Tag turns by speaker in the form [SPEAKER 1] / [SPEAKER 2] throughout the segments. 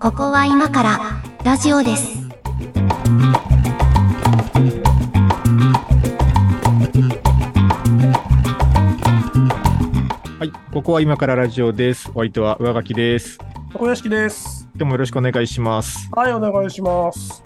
[SPEAKER 1] ここは今からラジオです。
[SPEAKER 2] はい、ここは今からラジオです。お相手は上書きです。
[SPEAKER 3] 小屋敷です。
[SPEAKER 2] 今日もよろしくお願いします。
[SPEAKER 3] はい、お願いします。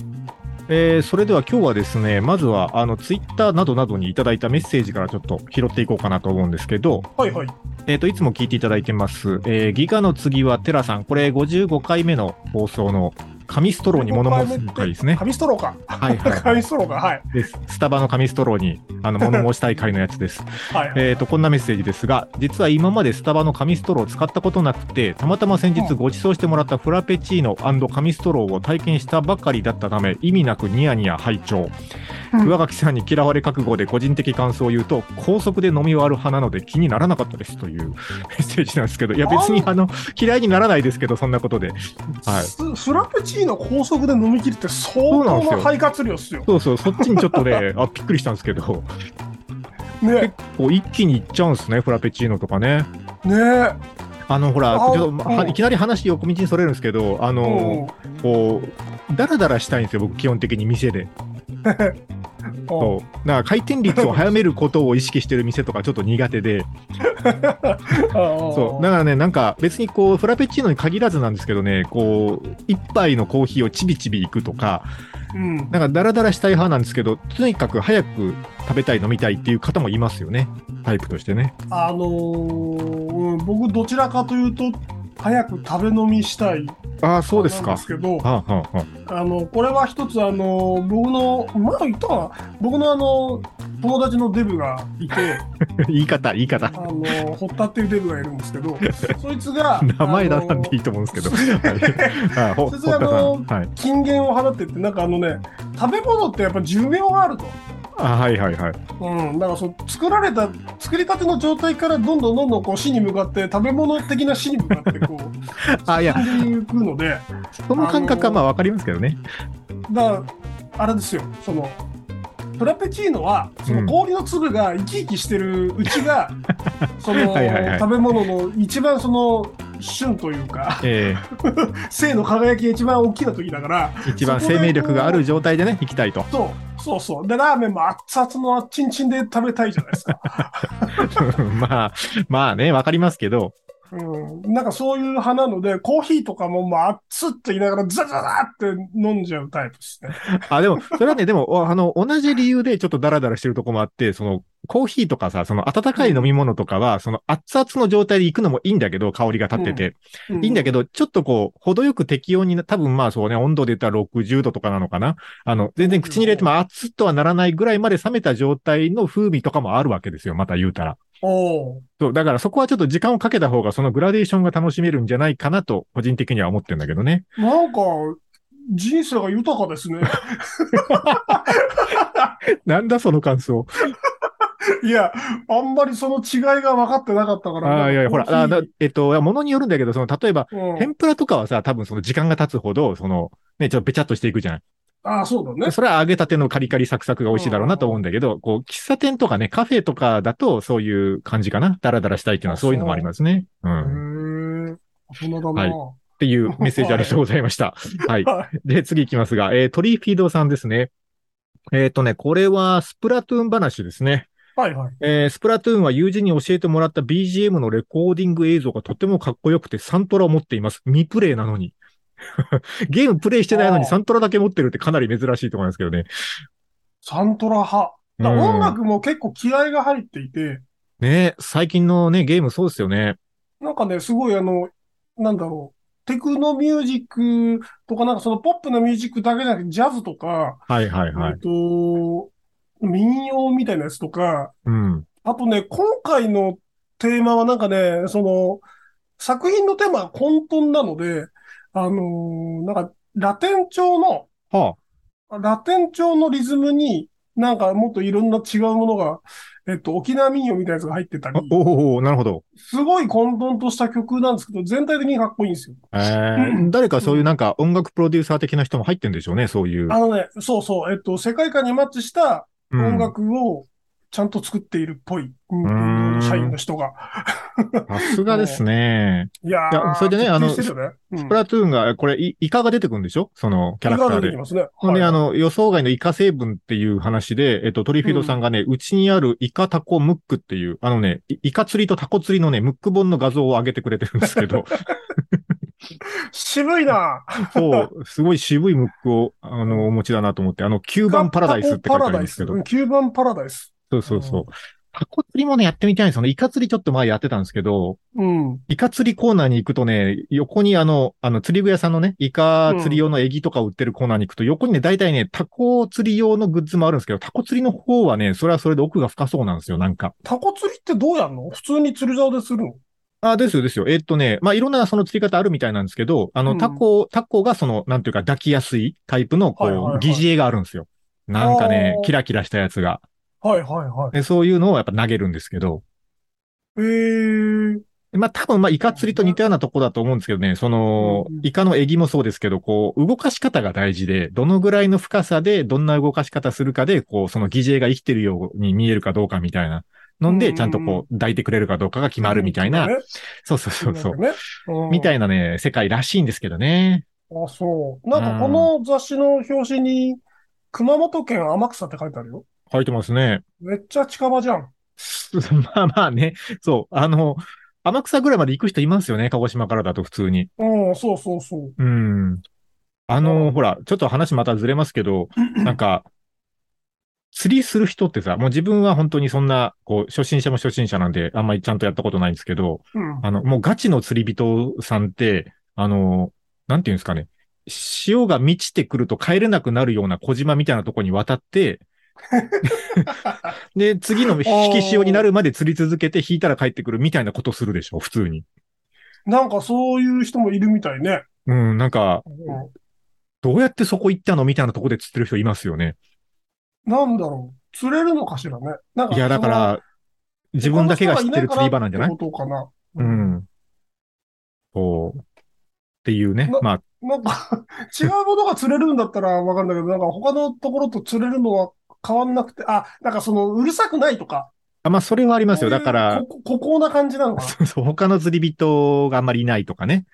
[SPEAKER 2] えー、それでは今日はですね、まずはあのツイッターなどなどにいただいたメッセージからちょっと拾っていこうかなと思うんですけど、
[SPEAKER 3] はいはい。
[SPEAKER 2] えっ、といつも聞いていただいてます。えー、ギガの次はテラさん、これ55回目の放送の紙ストローに物申す回ですね。
[SPEAKER 3] 紙ストローか。
[SPEAKER 2] はいはい
[SPEAKER 3] 紙ストローか。はい。
[SPEAKER 2] です。スタバの紙ストローにあの物申したい回のやつです。
[SPEAKER 3] はい。
[SPEAKER 2] えー、とこんなメッセージですが実は今までスタバの紙ストローを使ったことなくてたまたま先日ご馳走してもらったフラペチーノ紙ストローを体験したばかりだったため意味なくニヤニヤ拝聴、
[SPEAKER 1] うん
[SPEAKER 2] 上垣さんに嫌われ覚悟で個人的感想を言うと高速で飲み終わる派なので気にならなかったですというメ ッセージなんですけどいや別にあの嫌いにならないですけどそんなことではい
[SPEAKER 3] スフラペチーノ高速で飲み切るって相
[SPEAKER 2] うなん
[SPEAKER 3] 当
[SPEAKER 2] ですよ
[SPEAKER 3] な肺活量っすよ。
[SPEAKER 2] そうそうそっちにちょっ とねあびっくりしたんですけど
[SPEAKER 3] ね。
[SPEAKER 2] こう一気にいっちゃうんですねフラペチーノとかね
[SPEAKER 3] ね。
[SPEAKER 2] あのほら
[SPEAKER 3] あ
[SPEAKER 2] ちょっとは
[SPEAKER 3] うん
[SPEAKER 2] いきなり話横道にそれるんですけどあの、
[SPEAKER 3] うん
[SPEAKER 2] こう、だらだらしたいんですよ、僕、基本的に店で。
[SPEAKER 3] うん
[SPEAKER 2] そうなんか回転率を早めることを意識してる店とか、ちょっと苦手 で、そう、だからね、なんか別にこう、フラペチーノに限らずなんですけどね、こう、一杯のコーヒーをちびちびいくとか、
[SPEAKER 3] うん。うん
[SPEAKER 2] なんかだらだらしたい派なんですけど、とにかく早く食べたい、飲みたいっていう方もいますよね、タイプとしてね。
[SPEAKER 3] あのーうん僕どちらかというと早く食べ飲みしたい。
[SPEAKER 2] ああ、そうです
[SPEAKER 3] なん
[SPEAKER 2] か
[SPEAKER 3] です。けど。
[SPEAKER 2] はあはあは
[SPEAKER 3] あのこれは一つあの僕の前言ったかな僕のあの友達のデブがいて
[SPEAKER 2] あ 言い方、言い方
[SPEAKER 3] あ。の堀田っていうデブがいるんです けどそいつが
[SPEAKER 2] 名前出さんでい
[SPEAKER 3] あ
[SPEAKER 2] いと思うんですけど。
[SPEAKER 3] あ
[SPEAKER 2] はいはいほ 堀
[SPEAKER 3] それで
[SPEAKER 2] 田さ
[SPEAKER 3] あの
[SPEAKER 2] んはい
[SPEAKER 3] の金言を払ってってなんかあのね食べ物ってやっぱ寿命があると、
[SPEAKER 2] あはいはいはい。
[SPEAKER 3] うん、だからそう作られた作りたての状態からどんどんどんどんこう死に向かって食べ物的な死に向かってこう
[SPEAKER 2] あいや、
[SPEAKER 3] 死んでいくので
[SPEAKER 2] その感覚はまあわかりますけどね。
[SPEAKER 3] だからあれですよそのフラペチーノはそ
[SPEAKER 2] うん
[SPEAKER 3] の氷の粒が生き生きしてるう ちが、その
[SPEAKER 2] はいはいはい
[SPEAKER 3] 食べ物の一番その旬というか
[SPEAKER 2] え
[SPEAKER 3] 性の輝きが一番大きな時だから
[SPEAKER 2] え一番生命力がある状態でね、行きたいと。
[SPEAKER 3] そうそうそうでラーメンも熱々のあっちんちんで食べたいじゃないで すか、
[SPEAKER 2] まあ、まあね、わかりますけど、
[SPEAKER 3] うん、なんかそういう派なのでコーヒーとかももう熱っと言いながらザザザーって飲んじゃうタイプですね
[SPEAKER 2] あ、でも、それはね、でも、おあの、同じ理由でちょっとダラダラしてるとこもあって、その、コーヒーとかさ、その温かい飲み物とかは、その熱々の状態で行くのもいいんだけど、香りが立ってて。いいんだ
[SPEAKER 3] け
[SPEAKER 2] けど、ちょっとこう、程よく適温にな、多分まあそうね、温度で言ったら60度とかなのかな。あの、全然口に入れても熱っとはならないぐらいまで冷めた状態の風味とかもあるわけですよ、また言うたら。
[SPEAKER 3] どおー
[SPEAKER 2] そう、だからそこはちょっと時間をかけた方が、そのグラデーションが楽しめるんじゃないかなと、個人的には思ってるんだけどね。
[SPEAKER 3] なんか人生が豊かですね
[SPEAKER 2] なんだその感想。
[SPEAKER 3] いや、あんまりその違いが分かってなかったから。
[SPEAKER 2] ああ、いやいや、ほら、あーだえっと、ものによるんだけど、その、例えば、
[SPEAKER 3] うん
[SPEAKER 2] 天ぷらとかはさ、多分その時間が経つほど、その、ね、ちょっとべちゃっとしていくじゃない。
[SPEAKER 3] ああ、そうだね。
[SPEAKER 2] それは揚げたてのカリカリサクサクが美味しいだろうなと思うんだけど、こう、喫茶店とかね、カフェとかだと、そういう感じかな。ダラダラしたいっていうのは、
[SPEAKER 3] あそ
[SPEAKER 2] そう
[SPEAKER 3] う
[SPEAKER 2] いうのもありますね。うん。っ
[SPEAKER 3] へえ、大人だな。
[SPEAKER 2] はいていうメッセージありがとうございま した。はい。
[SPEAKER 3] は
[SPEAKER 2] で、次行きますが、えー、トリーフィードさんですね。えっ、とね、これは、スプラトゥーン話ですね。
[SPEAKER 3] はいはい。
[SPEAKER 2] えースプラトゥーンは友人に教えてもらった BGM のレコーディング映像がとてもかっこよくてサントラを持っています。未プレイなの に。ゲームプレイしてないのに
[SPEAKER 3] あー
[SPEAKER 2] サントラだけ持ってるってかなり珍しいと思いますけどね。
[SPEAKER 3] サントラ派。だから音楽も結構気合が入っていて、
[SPEAKER 2] うんね最近のね、ゲームそうですよね。
[SPEAKER 3] なんかね、すごいあの、なんだろう。テクノミュージックとか、なんかそのポップなミュージックだけじゃなくて、ジャズとか、
[SPEAKER 2] はいはいは
[SPEAKER 3] えっ
[SPEAKER 2] い。
[SPEAKER 3] と、民謡みたいなやつとか、
[SPEAKER 2] うん。
[SPEAKER 3] あとね、今回のテーマはなんかね、その、作品のテーマが混沌なので、あのーなんか、ラテン調の、
[SPEAKER 2] は
[SPEAKER 3] ラテン調のリズムに、なんかもっといろんな違うものが、えっと、沖縄民謡みたいなやつが入ってた
[SPEAKER 2] あ。あ
[SPEAKER 3] り、
[SPEAKER 2] おおなるほど。
[SPEAKER 3] すごい混沌とした曲なんですけど、全体的にかっこいいんですよ。
[SPEAKER 2] えー、誰かそういうなんか音楽プロデューサー的な人も入ってんでしょうね、そういう。
[SPEAKER 3] あのね、そうそう、えっと、世界観にマッチした
[SPEAKER 2] うん
[SPEAKER 3] 音楽をちゃんと作っているっぽい、任
[SPEAKER 2] ー
[SPEAKER 3] 天堂
[SPEAKER 2] ん
[SPEAKER 3] の社員の人が。
[SPEAKER 2] さすがですね。
[SPEAKER 3] いや
[SPEAKER 2] い
[SPEAKER 3] ー、
[SPEAKER 2] やそれでね
[SPEAKER 3] 徹底
[SPEAKER 2] あの
[SPEAKER 3] してるよねうん
[SPEAKER 2] スプラトゥーンが、これ、いイカが出てくるんでしょそのキャラクター
[SPEAKER 3] 手軽
[SPEAKER 2] で
[SPEAKER 3] にでき。ますね。
[SPEAKER 2] ほんで、
[SPEAKER 3] はい
[SPEAKER 2] あの、予想外のイカ成分っていう話で、えっと、トリフィードさんがね、うち、にあるイカタコムックっていう、あのね、イイカ釣りとタコ釣りのね、ムック本の画像を上げてくれてるんですけど、
[SPEAKER 3] 渋いな
[SPEAKER 2] そう、すごい渋いムックを、あの、お持ちだなと思って、あの、9番パラダイスって書いてありますけど、
[SPEAKER 3] 9番パラダイス。
[SPEAKER 2] そうそうそう。タコ釣りもね、やってみたいんですよね。イカ釣りちょっと前やってたんですけど、
[SPEAKER 3] うん。
[SPEAKER 2] イカ釣りコーナーに行くとね、横にあの、あの釣り具屋さんのね、イカ釣り用のエギとか売ってるコーナーに行くと、横にね、大体ね、タコ釣り用のグッズもあるんですけど、タコ釣りの方はね、それはそれで奥が深そうなんですよ、なんか。
[SPEAKER 3] タコ釣りってどうやんの普通に釣り竿でするの
[SPEAKER 2] あ、ですよ、ですよ。えっとね、まあ、いろんなその釣り方あるみたいなんですけど、あ
[SPEAKER 3] う
[SPEAKER 2] の、
[SPEAKER 3] ん
[SPEAKER 2] タコ、タコがその、なんていうか抱きやすいタイプの、こ
[SPEAKER 3] はいはいは
[SPEAKER 2] う
[SPEAKER 3] い、
[SPEAKER 2] 疑似餌があるんですよ。なんかね
[SPEAKER 3] あー、
[SPEAKER 2] キラキラしたやつが。
[SPEAKER 3] はいはいはい。
[SPEAKER 2] でそういうのをやっぱ投げるんですけど、
[SPEAKER 3] えー。
[SPEAKER 2] まあ多分まあイカ釣りと似たようなとこだと思うんですけどね、その
[SPEAKER 3] うんうん、
[SPEAKER 2] イカのエギもそうですけど、こう、動かし方が大事で、どのぐらいの深さで、どんな動かし方するかで、こう、その疑似餌が生きてるように見えるかどうかみたいな。のん
[SPEAKER 3] うんう
[SPEAKER 2] で、
[SPEAKER 3] ん
[SPEAKER 2] ちゃんとこう、抱いてくれるかどうかが決まるみたいな。そうそうそうそう。
[SPEAKER 3] ね。うん
[SPEAKER 2] みたいなね、世界らしいんですけどね。
[SPEAKER 3] あ、そう。なんかこの雑誌の表紙に、熊本県天草って書いてあるよ。
[SPEAKER 2] 書いてますね。
[SPEAKER 3] めっちゃ近場じゃん。
[SPEAKER 2] まあまあね、そう、あの、天草ぐらいまで行く人いますよね、鹿児島からだと普通に。
[SPEAKER 3] うん、そうそうそう。
[SPEAKER 2] うん。あの、
[SPEAKER 3] うん
[SPEAKER 2] ほら、ちょっと話またずれますけど、なんか、釣りする人ってさ、もう自分は本当にそんな、こう、初心者も初心者なんで、あんまりちゃんとやったことないんですけど、
[SPEAKER 3] うん。
[SPEAKER 2] あの、もうガチの釣り人さんって、あの、なんていうんですかね、潮が満ちてくると帰れなくなるような小島みたいなとこに渡って、 で、次の引き潮になるまで釣り続けて引いたら帰ってくるみたいなことするでしょ、普通に。
[SPEAKER 3] なんかそういう人もいるみたいね。
[SPEAKER 2] うん、なんか、
[SPEAKER 3] うん
[SPEAKER 2] どうやってそこ行ったのみたいなとこで釣ってる人いますよね。
[SPEAKER 3] なんだろう。釣れるのかしらね。なんか
[SPEAKER 2] いや、だから、自分だけが知ってる釣り場なんじゃない
[SPEAKER 3] 他の人がいないからってこ
[SPEAKER 2] う
[SPEAKER 3] とかな。
[SPEAKER 2] ん。そう。っていうね
[SPEAKER 3] な。
[SPEAKER 2] まあ、
[SPEAKER 3] なんか、 違うものが釣れるんだったらわかるんだけど、なんか他のところと釣れるのは変わんなくて、あ、なんかその、うるさくないとか。
[SPEAKER 2] あまあ、それはありますよ。だから
[SPEAKER 3] こ、ういう、こ孤高な感じなのかな。っ
[SPEAKER 2] そう そう他の釣り人があんまりいないとかね。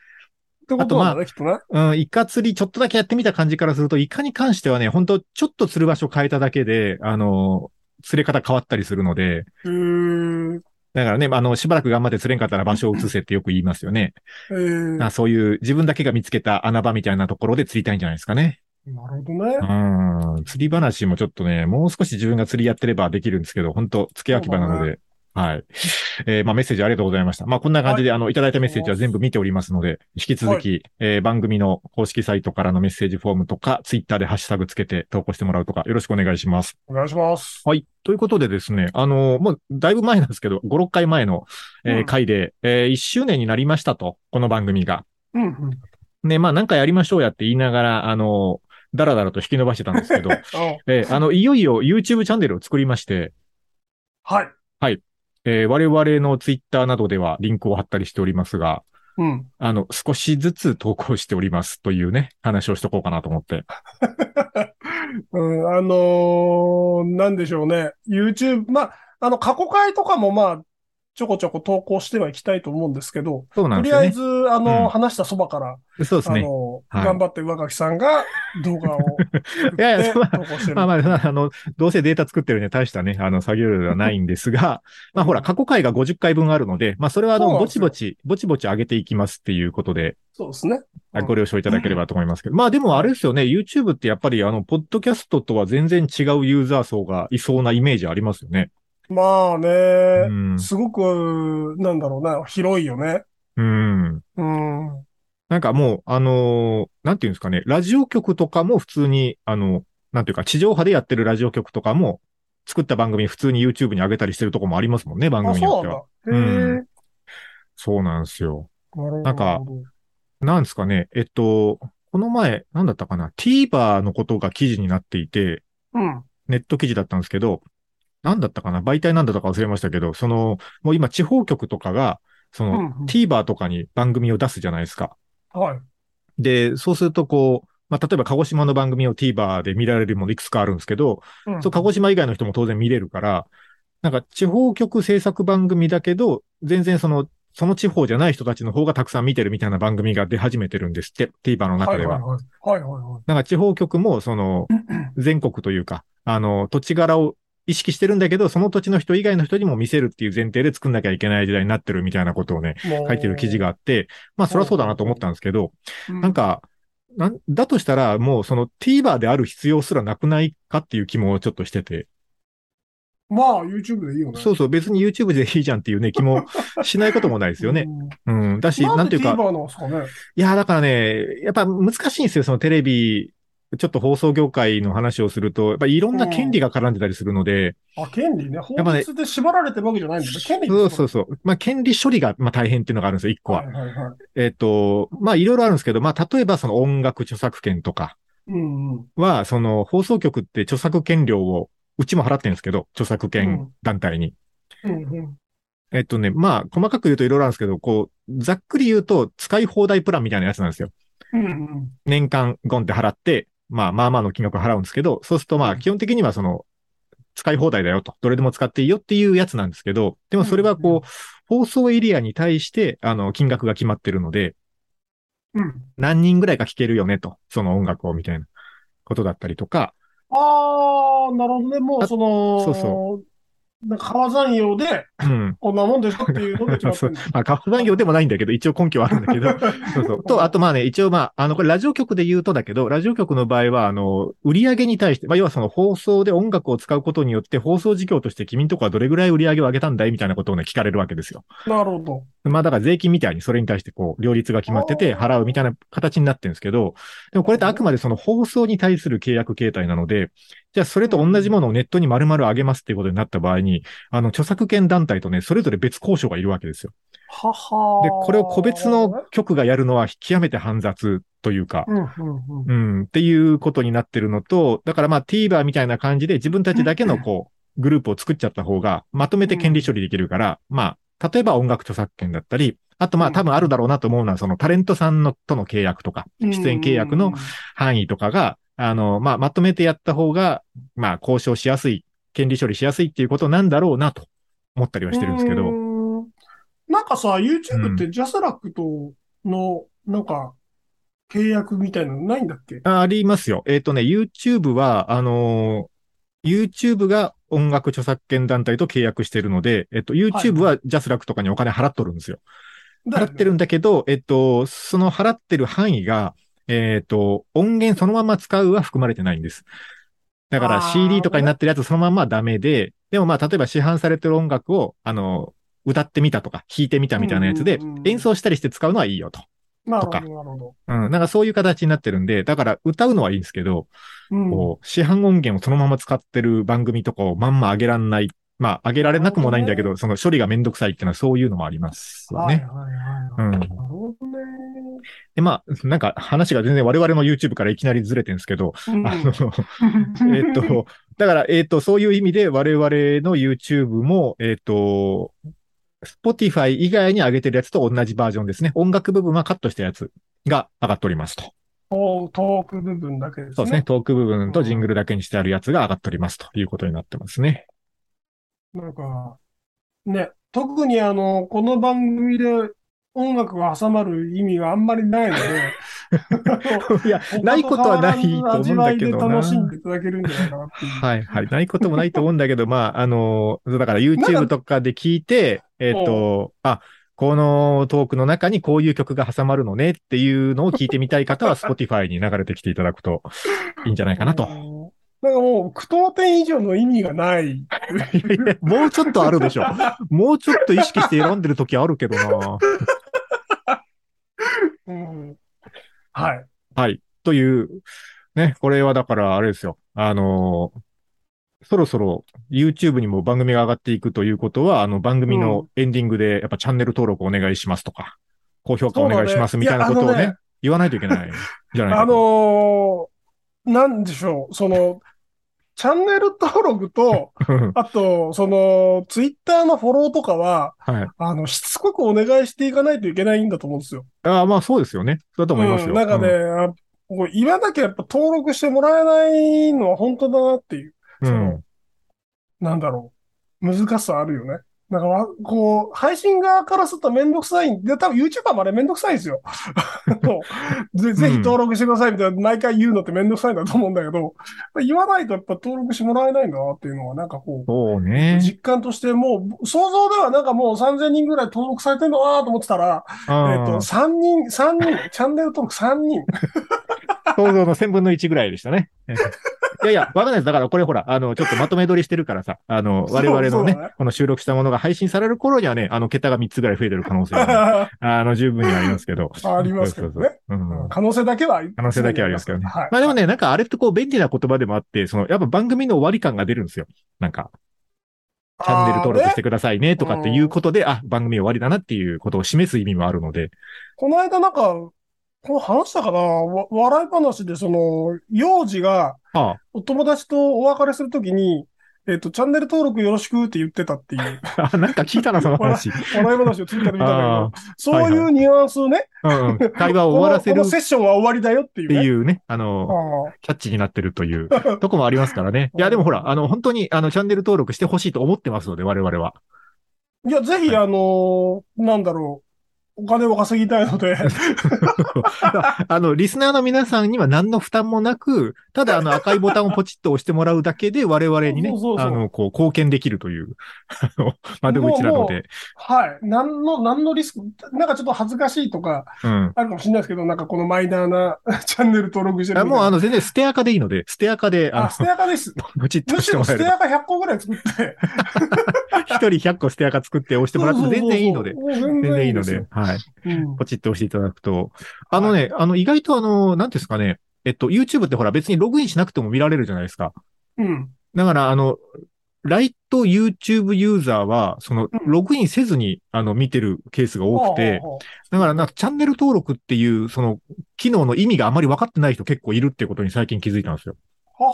[SPEAKER 3] てことなんだね、きっとね。
[SPEAKER 2] うん、イカ釣りちょっとだけやってみた感じからすると、イカに関してはね、本当ちょっと釣る場所変えただけで、あの、釣れ方変わったりするので、
[SPEAKER 3] へー
[SPEAKER 2] だからね、あの、しばらく頑張って釣れんかったら場所を移せってよく言いますよね。
[SPEAKER 3] えー
[SPEAKER 2] あそういう自分だけが見つけた穴場みたいなところで釣りたいんじゃないですかね。
[SPEAKER 3] なるほどね。
[SPEAKER 2] うん釣り話もちょっとね、もう少し自分が釣りやってればできるんですけど、本当付け焼き場なの
[SPEAKER 3] そうだ
[SPEAKER 2] で。はい。えーまあメッセージありがとうございました。まあこんな感じで、あの、いただいたメッセージは全部見ておりますので、引き続き、えー番組の公式サイトからのメッセージフォームとか、ツイッターでハッシュタグつけて投稿してもらうとか、よろしくお願いします。
[SPEAKER 3] お願いします。
[SPEAKER 2] はい。ということでですね、あの、もうだいぶ前なんですけど、5、6回前の、えー
[SPEAKER 3] うん
[SPEAKER 2] 回で、え1周年になりましたと、この番組が。
[SPEAKER 3] うんうん。
[SPEAKER 2] ね、まあなんかやりましょうやって言いながら、あの、だらだらと引き伸ばしてたんですけど、えーあの、いよいよ YouTube チャンネルを作りまして、
[SPEAKER 3] はい。
[SPEAKER 2] えー我々の Twitter などではリンクを貼ったりしておりますが、
[SPEAKER 3] うん。
[SPEAKER 2] あの、少しずつ投稿しておりますというね、話をしとこうかなと思って。
[SPEAKER 3] うん、あのーなんでしょうね。YouTube、まあ、あの、過去回とかもまあ、ちょこちょこ投稿してはいきたいと思うんですけど、
[SPEAKER 2] そうな
[SPEAKER 3] と
[SPEAKER 2] んで
[SPEAKER 3] り
[SPEAKER 2] すよ
[SPEAKER 3] あ
[SPEAKER 2] ね。
[SPEAKER 3] えず、あの、
[SPEAKER 2] うん
[SPEAKER 3] 話したそばから、
[SPEAKER 2] そうです
[SPEAKER 3] あ
[SPEAKER 2] ね。
[SPEAKER 3] の、
[SPEAKER 2] はい
[SPEAKER 3] 頑張って上垣さんが動画を
[SPEAKER 2] いやいや
[SPEAKER 3] 作って
[SPEAKER 2] そ
[SPEAKER 3] 投稿してる。
[SPEAKER 2] まあまあ、あ の、どうせデータ作ってるね、大したね、あの、作業量ではないんですが、まあほら、過去回が50回分あるので、まあそれはあ
[SPEAKER 3] そう
[SPEAKER 2] の、
[SPEAKER 3] なん
[SPEAKER 2] ぼ
[SPEAKER 3] です
[SPEAKER 2] ち
[SPEAKER 3] よ
[SPEAKER 2] ぼち、ぼちぼち上げていきますっていうことで、
[SPEAKER 3] そうですね。
[SPEAKER 2] あご了承いただければと思いますけど。まあでもあれですよね、YouTube ってやっぱりあの、ポッドキャストとは全然違うユーザー層がいそうなイメージありますよね。
[SPEAKER 3] まあね、
[SPEAKER 2] うん。
[SPEAKER 3] すごく、なんだろうな、広いよね。
[SPEAKER 2] うん。
[SPEAKER 3] うん。うん
[SPEAKER 2] なんかもう、あのーなんていうんですかね、ラジオ局とかも普通に、あの、なんていうか、地上波でやってるラジオ局とかも、作った番組普通に YouTube に上げたりしてるとこもありますもんね、番
[SPEAKER 3] あ、
[SPEAKER 2] 組によ
[SPEAKER 3] そ
[SPEAKER 2] っ
[SPEAKER 3] う
[SPEAKER 2] ては。
[SPEAKER 3] なんだ。へえ、
[SPEAKER 2] うんそうなんですよ。
[SPEAKER 3] なるほど。
[SPEAKER 2] なんかなんですかね、えっと、この前、なんだったかな、TVer のことが記事になっていて、
[SPEAKER 3] うん。
[SPEAKER 2] ネット記事だったんですけど、なんだったかな媒体なんだったか忘れましたけど、その、もう今地方局とかが、そ
[SPEAKER 3] うんう
[SPEAKER 2] の、
[SPEAKER 3] ん。
[SPEAKER 2] TVer とかに番組を出すじゃないですか。
[SPEAKER 3] はい。
[SPEAKER 2] で、そうするとこう、まあ、例えば鹿児島の番組を TVer で見られるものいくつかあるんですけど、
[SPEAKER 3] うん
[SPEAKER 2] そう、鹿児島以外の人も当然見れるから、なんか地方局制作番組だけど、全然その、その地方じゃない人たちの方がたくさん見てるみたいな番組が出始めてるんですって、TVer の中では。
[SPEAKER 3] はいはいはい。はいはいはい。
[SPEAKER 2] なんか地方局も、その、全国というか、あの、土地柄を意識してるんだけど、その土地の人以外の人にも見せるっていう前提で作んなきゃいけない時代になってるみたいなことをね、書いてる記事があって、まあそりゃそうだなと思ったんですけど、
[SPEAKER 3] うん、
[SPEAKER 2] なんか、なんだとしたらもうその TVer である必要すらなくないかっていう気もちょっとしてて、
[SPEAKER 3] まあ、YouTube でいいよね。
[SPEAKER 2] そうそう別に YouTube でいいじゃんって いうね、気もしないこともないですよね。
[SPEAKER 3] ん。
[SPEAKER 2] うん。だし、な
[SPEAKER 3] なん
[SPEAKER 2] んて
[SPEAKER 3] で
[SPEAKER 2] いうか、
[SPEAKER 3] TVer なんですかね。
[SPEAKER 2] いや、だからね、やっぱ難しいんですよ、そのテレビ、ちょっと放送業界の話をすると、やっぱいろんな権利が絡んでたりするので、
[SPEAKER 3] あ、権利ね。法
[SPEAKER 2] っぱね
[SPEAKER 3] 律で縛られてるわけじゃないんだね。権利。
[SPEAKER 2] そうそううそう。まあ、権利処理がまあ大変っていうのがあるんですよ、一個
[SPEAKER 3] は。
[SPEAKER 2] はい
[SPEAKER 3] はいはい。
[SPEAKER 2] えっと、まあ、いろいろあるんですけど、まあ、例えばその音楽著作権とか
[SPEAKER 3] うんうん。
[SPEAKER 2] は、その放送局って著作権料を、うちも払ってるんですけど、著作権団体に。
[SPEAKER 3] うんうん。
[SPEAKER 2] えっとね、まあ、細かく言うといろいろあるんですけど、こう、ざっくり言うと、使い放題プランみたいなやつなんですよ。
[SPEAKER 3] うんうん。
[SPEAKER 2] 年間ゴンって払って、まあ、まあまあの金額払うんですけど、そうするとまあ、基本的にはその、使い放題だよと、どれでも使っていいよっていうやつなんですけど、でもそれは
[SPEAKER 3] うんう
[SPEAKER 2] こう、放送エリアに対して、あの、金額が決まってるので、
[SPEAKER 3] うん。
[SPEAKER 2] 何人ぐらいが聴けるよねと、その音楽をみたいなことだったりとか、
[SPEAKER 3] あー、なるほどね。もう、
[SPEAKER 2] あ
[SPEAKER 3] その、
[SPEAKER 2] そうそ
[SPEAKER 3] なんか、川山用で、
[SPEAKER 2] うん。
[SPEAKER 3] こんなもんでしょっていうので決まっ て
[SPEAKER 2] そ
[SPEAKER 3] る
[SPEAKER 2] う。まあ、カフ業でもないんだけど、一応根拠はあるんだけ ど、そうそう。と、あとまあね、一応まあ、あの、これラジオ局で言うとだけど、ラジオ局の場合は、あの、売り上げに対して、まあ、要はその放送で音楽を使うことによって、放送事業として君んとこはどれぐらい売り上げを上げたんだいみたいなことをね、聞かれるわけですよ。
[SPEAKER 3] なるほど。
[SPEAKER 2] まあ、だから税金みたいにそれに対してこう、両立が決まってて、
[SPEAKER 3] あー
[SPEAKER 2] 払うみたいな形になってるんですけど、でもこれってあくまでその放送に対する契約形態なので、じゃあそれと同じものをネットに丸々上げますっていうことになった場合に、あの、著作権団体とね、それぞれ別交渉がいるわけですよ。
[SPEAKER 3] はは
[SPEAKER 2] で、これを個別の局がやるのは極めて煩雑というか、
[SPEAKER 3] うんうんうん。
[SPEAKER 2] うん、っていうことになってるのと、だからまあ TVer みたいな感じで自分たちだけのこう、グループを作っちゃった方が、まとめて権利処理できるから、まあ、例えば音楽著作権だったり、あとま
[SPEAKER 3] う
[SPEAKER 2] あ
[SPEAKER 3] ん
[SPEAKER 2] 多分あるだろうなと思うのは、そのタレントさんのとの契約とか、出演契約の範囲とかが、あの、まあまとめてやった方が、まあ交渉しやすい、権利処理しやすいっていうことなんだろうなと思ったりはしてるんですけ
[SPEAKER 3] う
[SPEAKER 2] ど、
[SPEAKER 3] ーんなんかさ、YouTube ってジャスラックとの、なんか、契約みたいなのないんだっけ
[SPEAKER 2] あありますよ。えっ、とね、YouTube は、あのー YouTube が音楽著作権団体と契約してるので、えっと、YouTube は JASRAC とかにお金払っとるんですよ。
[SPEAKER 3] だ
[SPEAKER 2] 払
[SPEAKER 3] よ
[SPEAKER 2] っ
[SPEAKER 3] ね
[SPEAKER 2] てるんだけど、えっと、その払ってる範囲が、えっと、音源そのまま使うは含まれてないんです。だか
[SPEAKER 3] あ
[SPEAKER 2] ら
[SPEAKER 3] ー
[SPEAKER 2] CD とかになってるやつそのままはダメで、でもまあ、例えば市販されてる音楽を、あの、歌ってみたとか、弾いてみたみたいなやつで
[SPEAKER 3] うんうんう、ん
[SPEAKER 2] 演奏したりして使うのはいいよと。
[SPEAKER 3] な
[SPEAKER 2] と
[SPEAKER 3] るほ
[SPEAKER 2] か
[SPEAKER 3] ど、なるほど。
[SPEAKER 2] うん、なんかそういう形になってるんで、だから歌うのはいいんですけど、
[SPEAKER 3] うん
[SPEAKER 2] こう、市販音源をそのまま使ってる番組とかをまんま上げらんない。まあ、上げられなくもないんだけど、その処理がめんどくさいっていうのはそういうのもありますよ
[SPEAKER 3] はい
[SPEAKER 2] ね。
[SPEAKER 3] はいはいは
[SPEAKER 2] う
[SPEAKER 3] い。
[SPEAKER 2] ん。
[SPEAKER 3] なるほどね。
[SPEAKER 2] で、まあ、なんか話が全然我々の YouTube からいきなりずれてるんですけど、
[SPEAKER 3] うん
[SPEAKER 2] あ の、えっと、だから、えっと、そういう意味で我々の YouTube も、えっと、Spotify 以外に上げてるやつと同じバージョンですね。音楽部分はカットしたやつが上がっておりますと。
[SPEAKER 3] トートーク部分だけですね。
[SPEAKER 2] そうですね。トーク部分とジングルだけにしてあるやつが上がっておりますということになってます ね。
[SPEAKER 3] なんか、ね、特にあの、この番組で音楽が挟まる意味があんまりないの
[SPEAKER 2] い
[SPEAKER 3] で、
[SPEAKER 2] や、 ないことはないと思うんだけどな。
[SPEAKER 3] 他と変わらぬ味わいで楽しんでいただけるんじゃないかなっていう。
[SPEAKER 2] はいはい。ないこともないと思うんだけど、まあ、あの、だから YouTube とかで聞いて、えっ、と、あ、このトークの中にこういう曲が挟まるのねっていうのを聞いてみたい方 は Spotify に流れてきていただくといいんじゃないかなと。い
[SPEAKER 3] なんかもう、句読点以上の意味がない。
[SPEAKER 2] やい やもうちょっとあるで しょ。もうちょっと意識して選んでる時あるけどな。
[SPEAKER 3] うんはい。
[SPEAKER 2] はい。という、ね、これはだからあれですよ。あのーそろそろ YouTube にも番組が上がっていくということは、あの番組のエンディングでやっぱチャンネル登録お願いしますとか、高評価お願いしますみたいなことを
[SPEAKER 3] そうだねいやあの
[SPEAKER 2] ね
[SPEAKER 3] ね、
[SPEAKER 2] 言わないといけないじゃないか
[SPEAKER 3] あ のーなんでしょう、その、チャンネル登録 と、
[SPEAKER 2] の
[SPEAKER 3] あと、その、ツイッターのフォローとかは、
[SPEAKER 2] はい。
[SPEAKER 3] あの、しつこくお願いしていかないといけないんだと思うんですよ。
[SPEAKER 2] あまあそうですよね。そうだと思いますよ。
[SPEAKER 3] うん、なんかね、あこう言わなきゃやっぱ登録してもらえないのは本当だなっていう、
[SPEAKER 2] うん、
[SPEAKER 3] そ
[SPEAKER 2] うん
[SPEAKER 3] のなんだろ難しさあるよね。なんかわ、こう、配信側からするとめんどくさいんで、多分 YouTuber もあれめんどくさいんです よ。そうぜぜひ登録してくださいみたいな、毎回言うのってめんどくさいんだと思うんだけど、言わないとやっぱ登録してもらえないんだなっていうのは、なんかこう、
[SPEAKER 2] そうね。
[SPEAKER 3] 実感としてもう、想像ではなんかもう3000人ぐらい登録されてんのかなと思ってたら、えっ
[SPEAKER 2] あ
[SPEAKER 3] と、
[SPEAKER 2] ー
[SPEAKER 3] 3人、3人、チャンネル登録3人。
[SPEAKER 2] 想像の1000分の1ぐらいでした ね。いやいや、わかんないです。だからこれほら、あの、ちょっとまとめ撮りしてるからさ、あの、
[SPEAKER 3] そう
[SPEAKER 2] 我々の
[SPEAKER 3] そうだ
[SPEAKER 2] ね
[SPEAKER 3] ね、
[SPEAKER 2] この収録したものが配信される頃にはね、あの、桁が3つぐらい増えてる可能性 が、あの、十分にありますけど。
[SPEAKER 3] ありますけどね
[SPEAKER 2] そうそうそううん
[SPEAKER 3] 可能性だけは、
[SPEAKER 2] 可能性だけはありますけどね。
[SPEAKER 3] はい。
[SPEAKER 2] まあでもね、なんかあれってこう便利な言葉でもあって、その、やっぱ番組の終わり感が出るんですよ。なんか、チャンネル登録してくださいねとかっていうことで、あ、番組終わりだなっていうことを示す意味もあるので。
[SPEAKER 3] この間なんか、この話したかなわ笑い話で、その、幼児が
[SPEAKER 2] ああ
[SPEAKER 3] お友達とお別れするときに、えっ、と、チャンネル登録よろしくって言ってたっ ていう、
[SPEAKER 2] あ、なんか聞いたな、その話。
[SPEAKER 3] 笑い話をツイッターで見たんだ
[SPEAKER 2] あ
[SPEAKER 3] けど、そういうニュアンスをね、
[SPEAKER 2] あ、うんうん。会話を
[SPEAKER 3] こ
[SPEAKER 2] 終わ
[SPEAKER 3] の
[SPEAKER 2] らせ
[SPEAKER 3] こ
[SPEAKER 2] る
[SPEAKER 3] の
[SPEAKER 2] っ
[SPEAKER 3] セッションは終わりだよっていう、
[SPEAKER 2] て
[SPEAKER 3] ね。
[SPEAKER 2] いうね、あ
[SPEAKER 3] あ
[SPEAKER 2] の、
[SPEAKER 3] あ
[SPEAKER 2] キャッチになってると いうとこもありますからね。いや、でもほら、あの、本当に、あの、チャンネル登録してほしいと思ってますので、我々は。
[SPEAKER 3] いや、ぜひ、あのーなんだろう、お金を稼ぎたい ので、
[SPEAKER 2] あの、リスナーの皆さんには何の負担もなく、ただあの赤いボタンをポチッと押してもらうだけで我々にね
[SPEAKER 3] そうそう、そう
[SPEAKER 2] あの、こう、貢献できるという、 あの、窓口なの
[SPEAKER 3] もうもう
[SPEAKER 2] で、
[SPEAKER 3] はい。何の、何のリスク、なんかちょっと恥ずかしいとか、
[SPEAKER 2] うん。
[SPEAKER 3] あるかもしれないですけど、なんかこのマイナーな チャンネル登録してる
[SPEAKER 2] あ
[SPEAKER 3] みた
[SPEAKER 2] も
[SPEAKER 3] い
[SPEAKER 2] う
[SPEAKER 3] な
[SPEAKER 2] あの、全然ステアカでいいので、ステアカで、
[SPEAKER 3] あ、
[SPEAKER 2] あ
[SPEAKER 3] ステアカです。
[SPEAKER 2] の、 ポチッと
[SPEAKER 3] む
[SPEAKER 2] 押し
[SPEAKER 3] してろ
[SPEAKER 2] もら
[SPEAKER 3] ス
[SPEAKER 2] えれ
[SPEAKER 3] テ
[SPEAKER 2] ば、
[SPEAKER 3] アカ100個ぐら い作って。
[SPEAKER 2] 一人100個ステアカ作って押してもらっても全然いいので、
[SPEAKER 3] そうそうそう。も
[SPEAKER 2] 全
[SPEAKER 3] う全然
[SPEAKER 2] 然
[SPEAKER 3] い
[SPEAKER 2] い
[SPEAKER 3] い
[SPEAKER 2] い
[SPEAKER 3] の
[SPEAKER 2] の
[SPEAKER 3] で
[SPEAKER 2] で、はい。
[SPEAKER 3] うん
[SPEAKER 2] ポチッと押していただくと、あのね、あの、意外とあの、なんていうんですかね、えっと、YouTube ってほら別にログインしなくても見られるじゃないですか。
[SPEAKER 3] うん。
[SPEAKER 2] だから、あの、ライト YouTube ユーザーは、その、ログインせずに、あの、見てるケースが多くて、
[SPEAKER 3] ほうほうほ
[SPEAKER 2] だから、なんか、チャンネル登録っていう、その、機能の意味があまり分かってない人結構いるってことに最近気づいたんですよ。
[SPEAKER 3] うは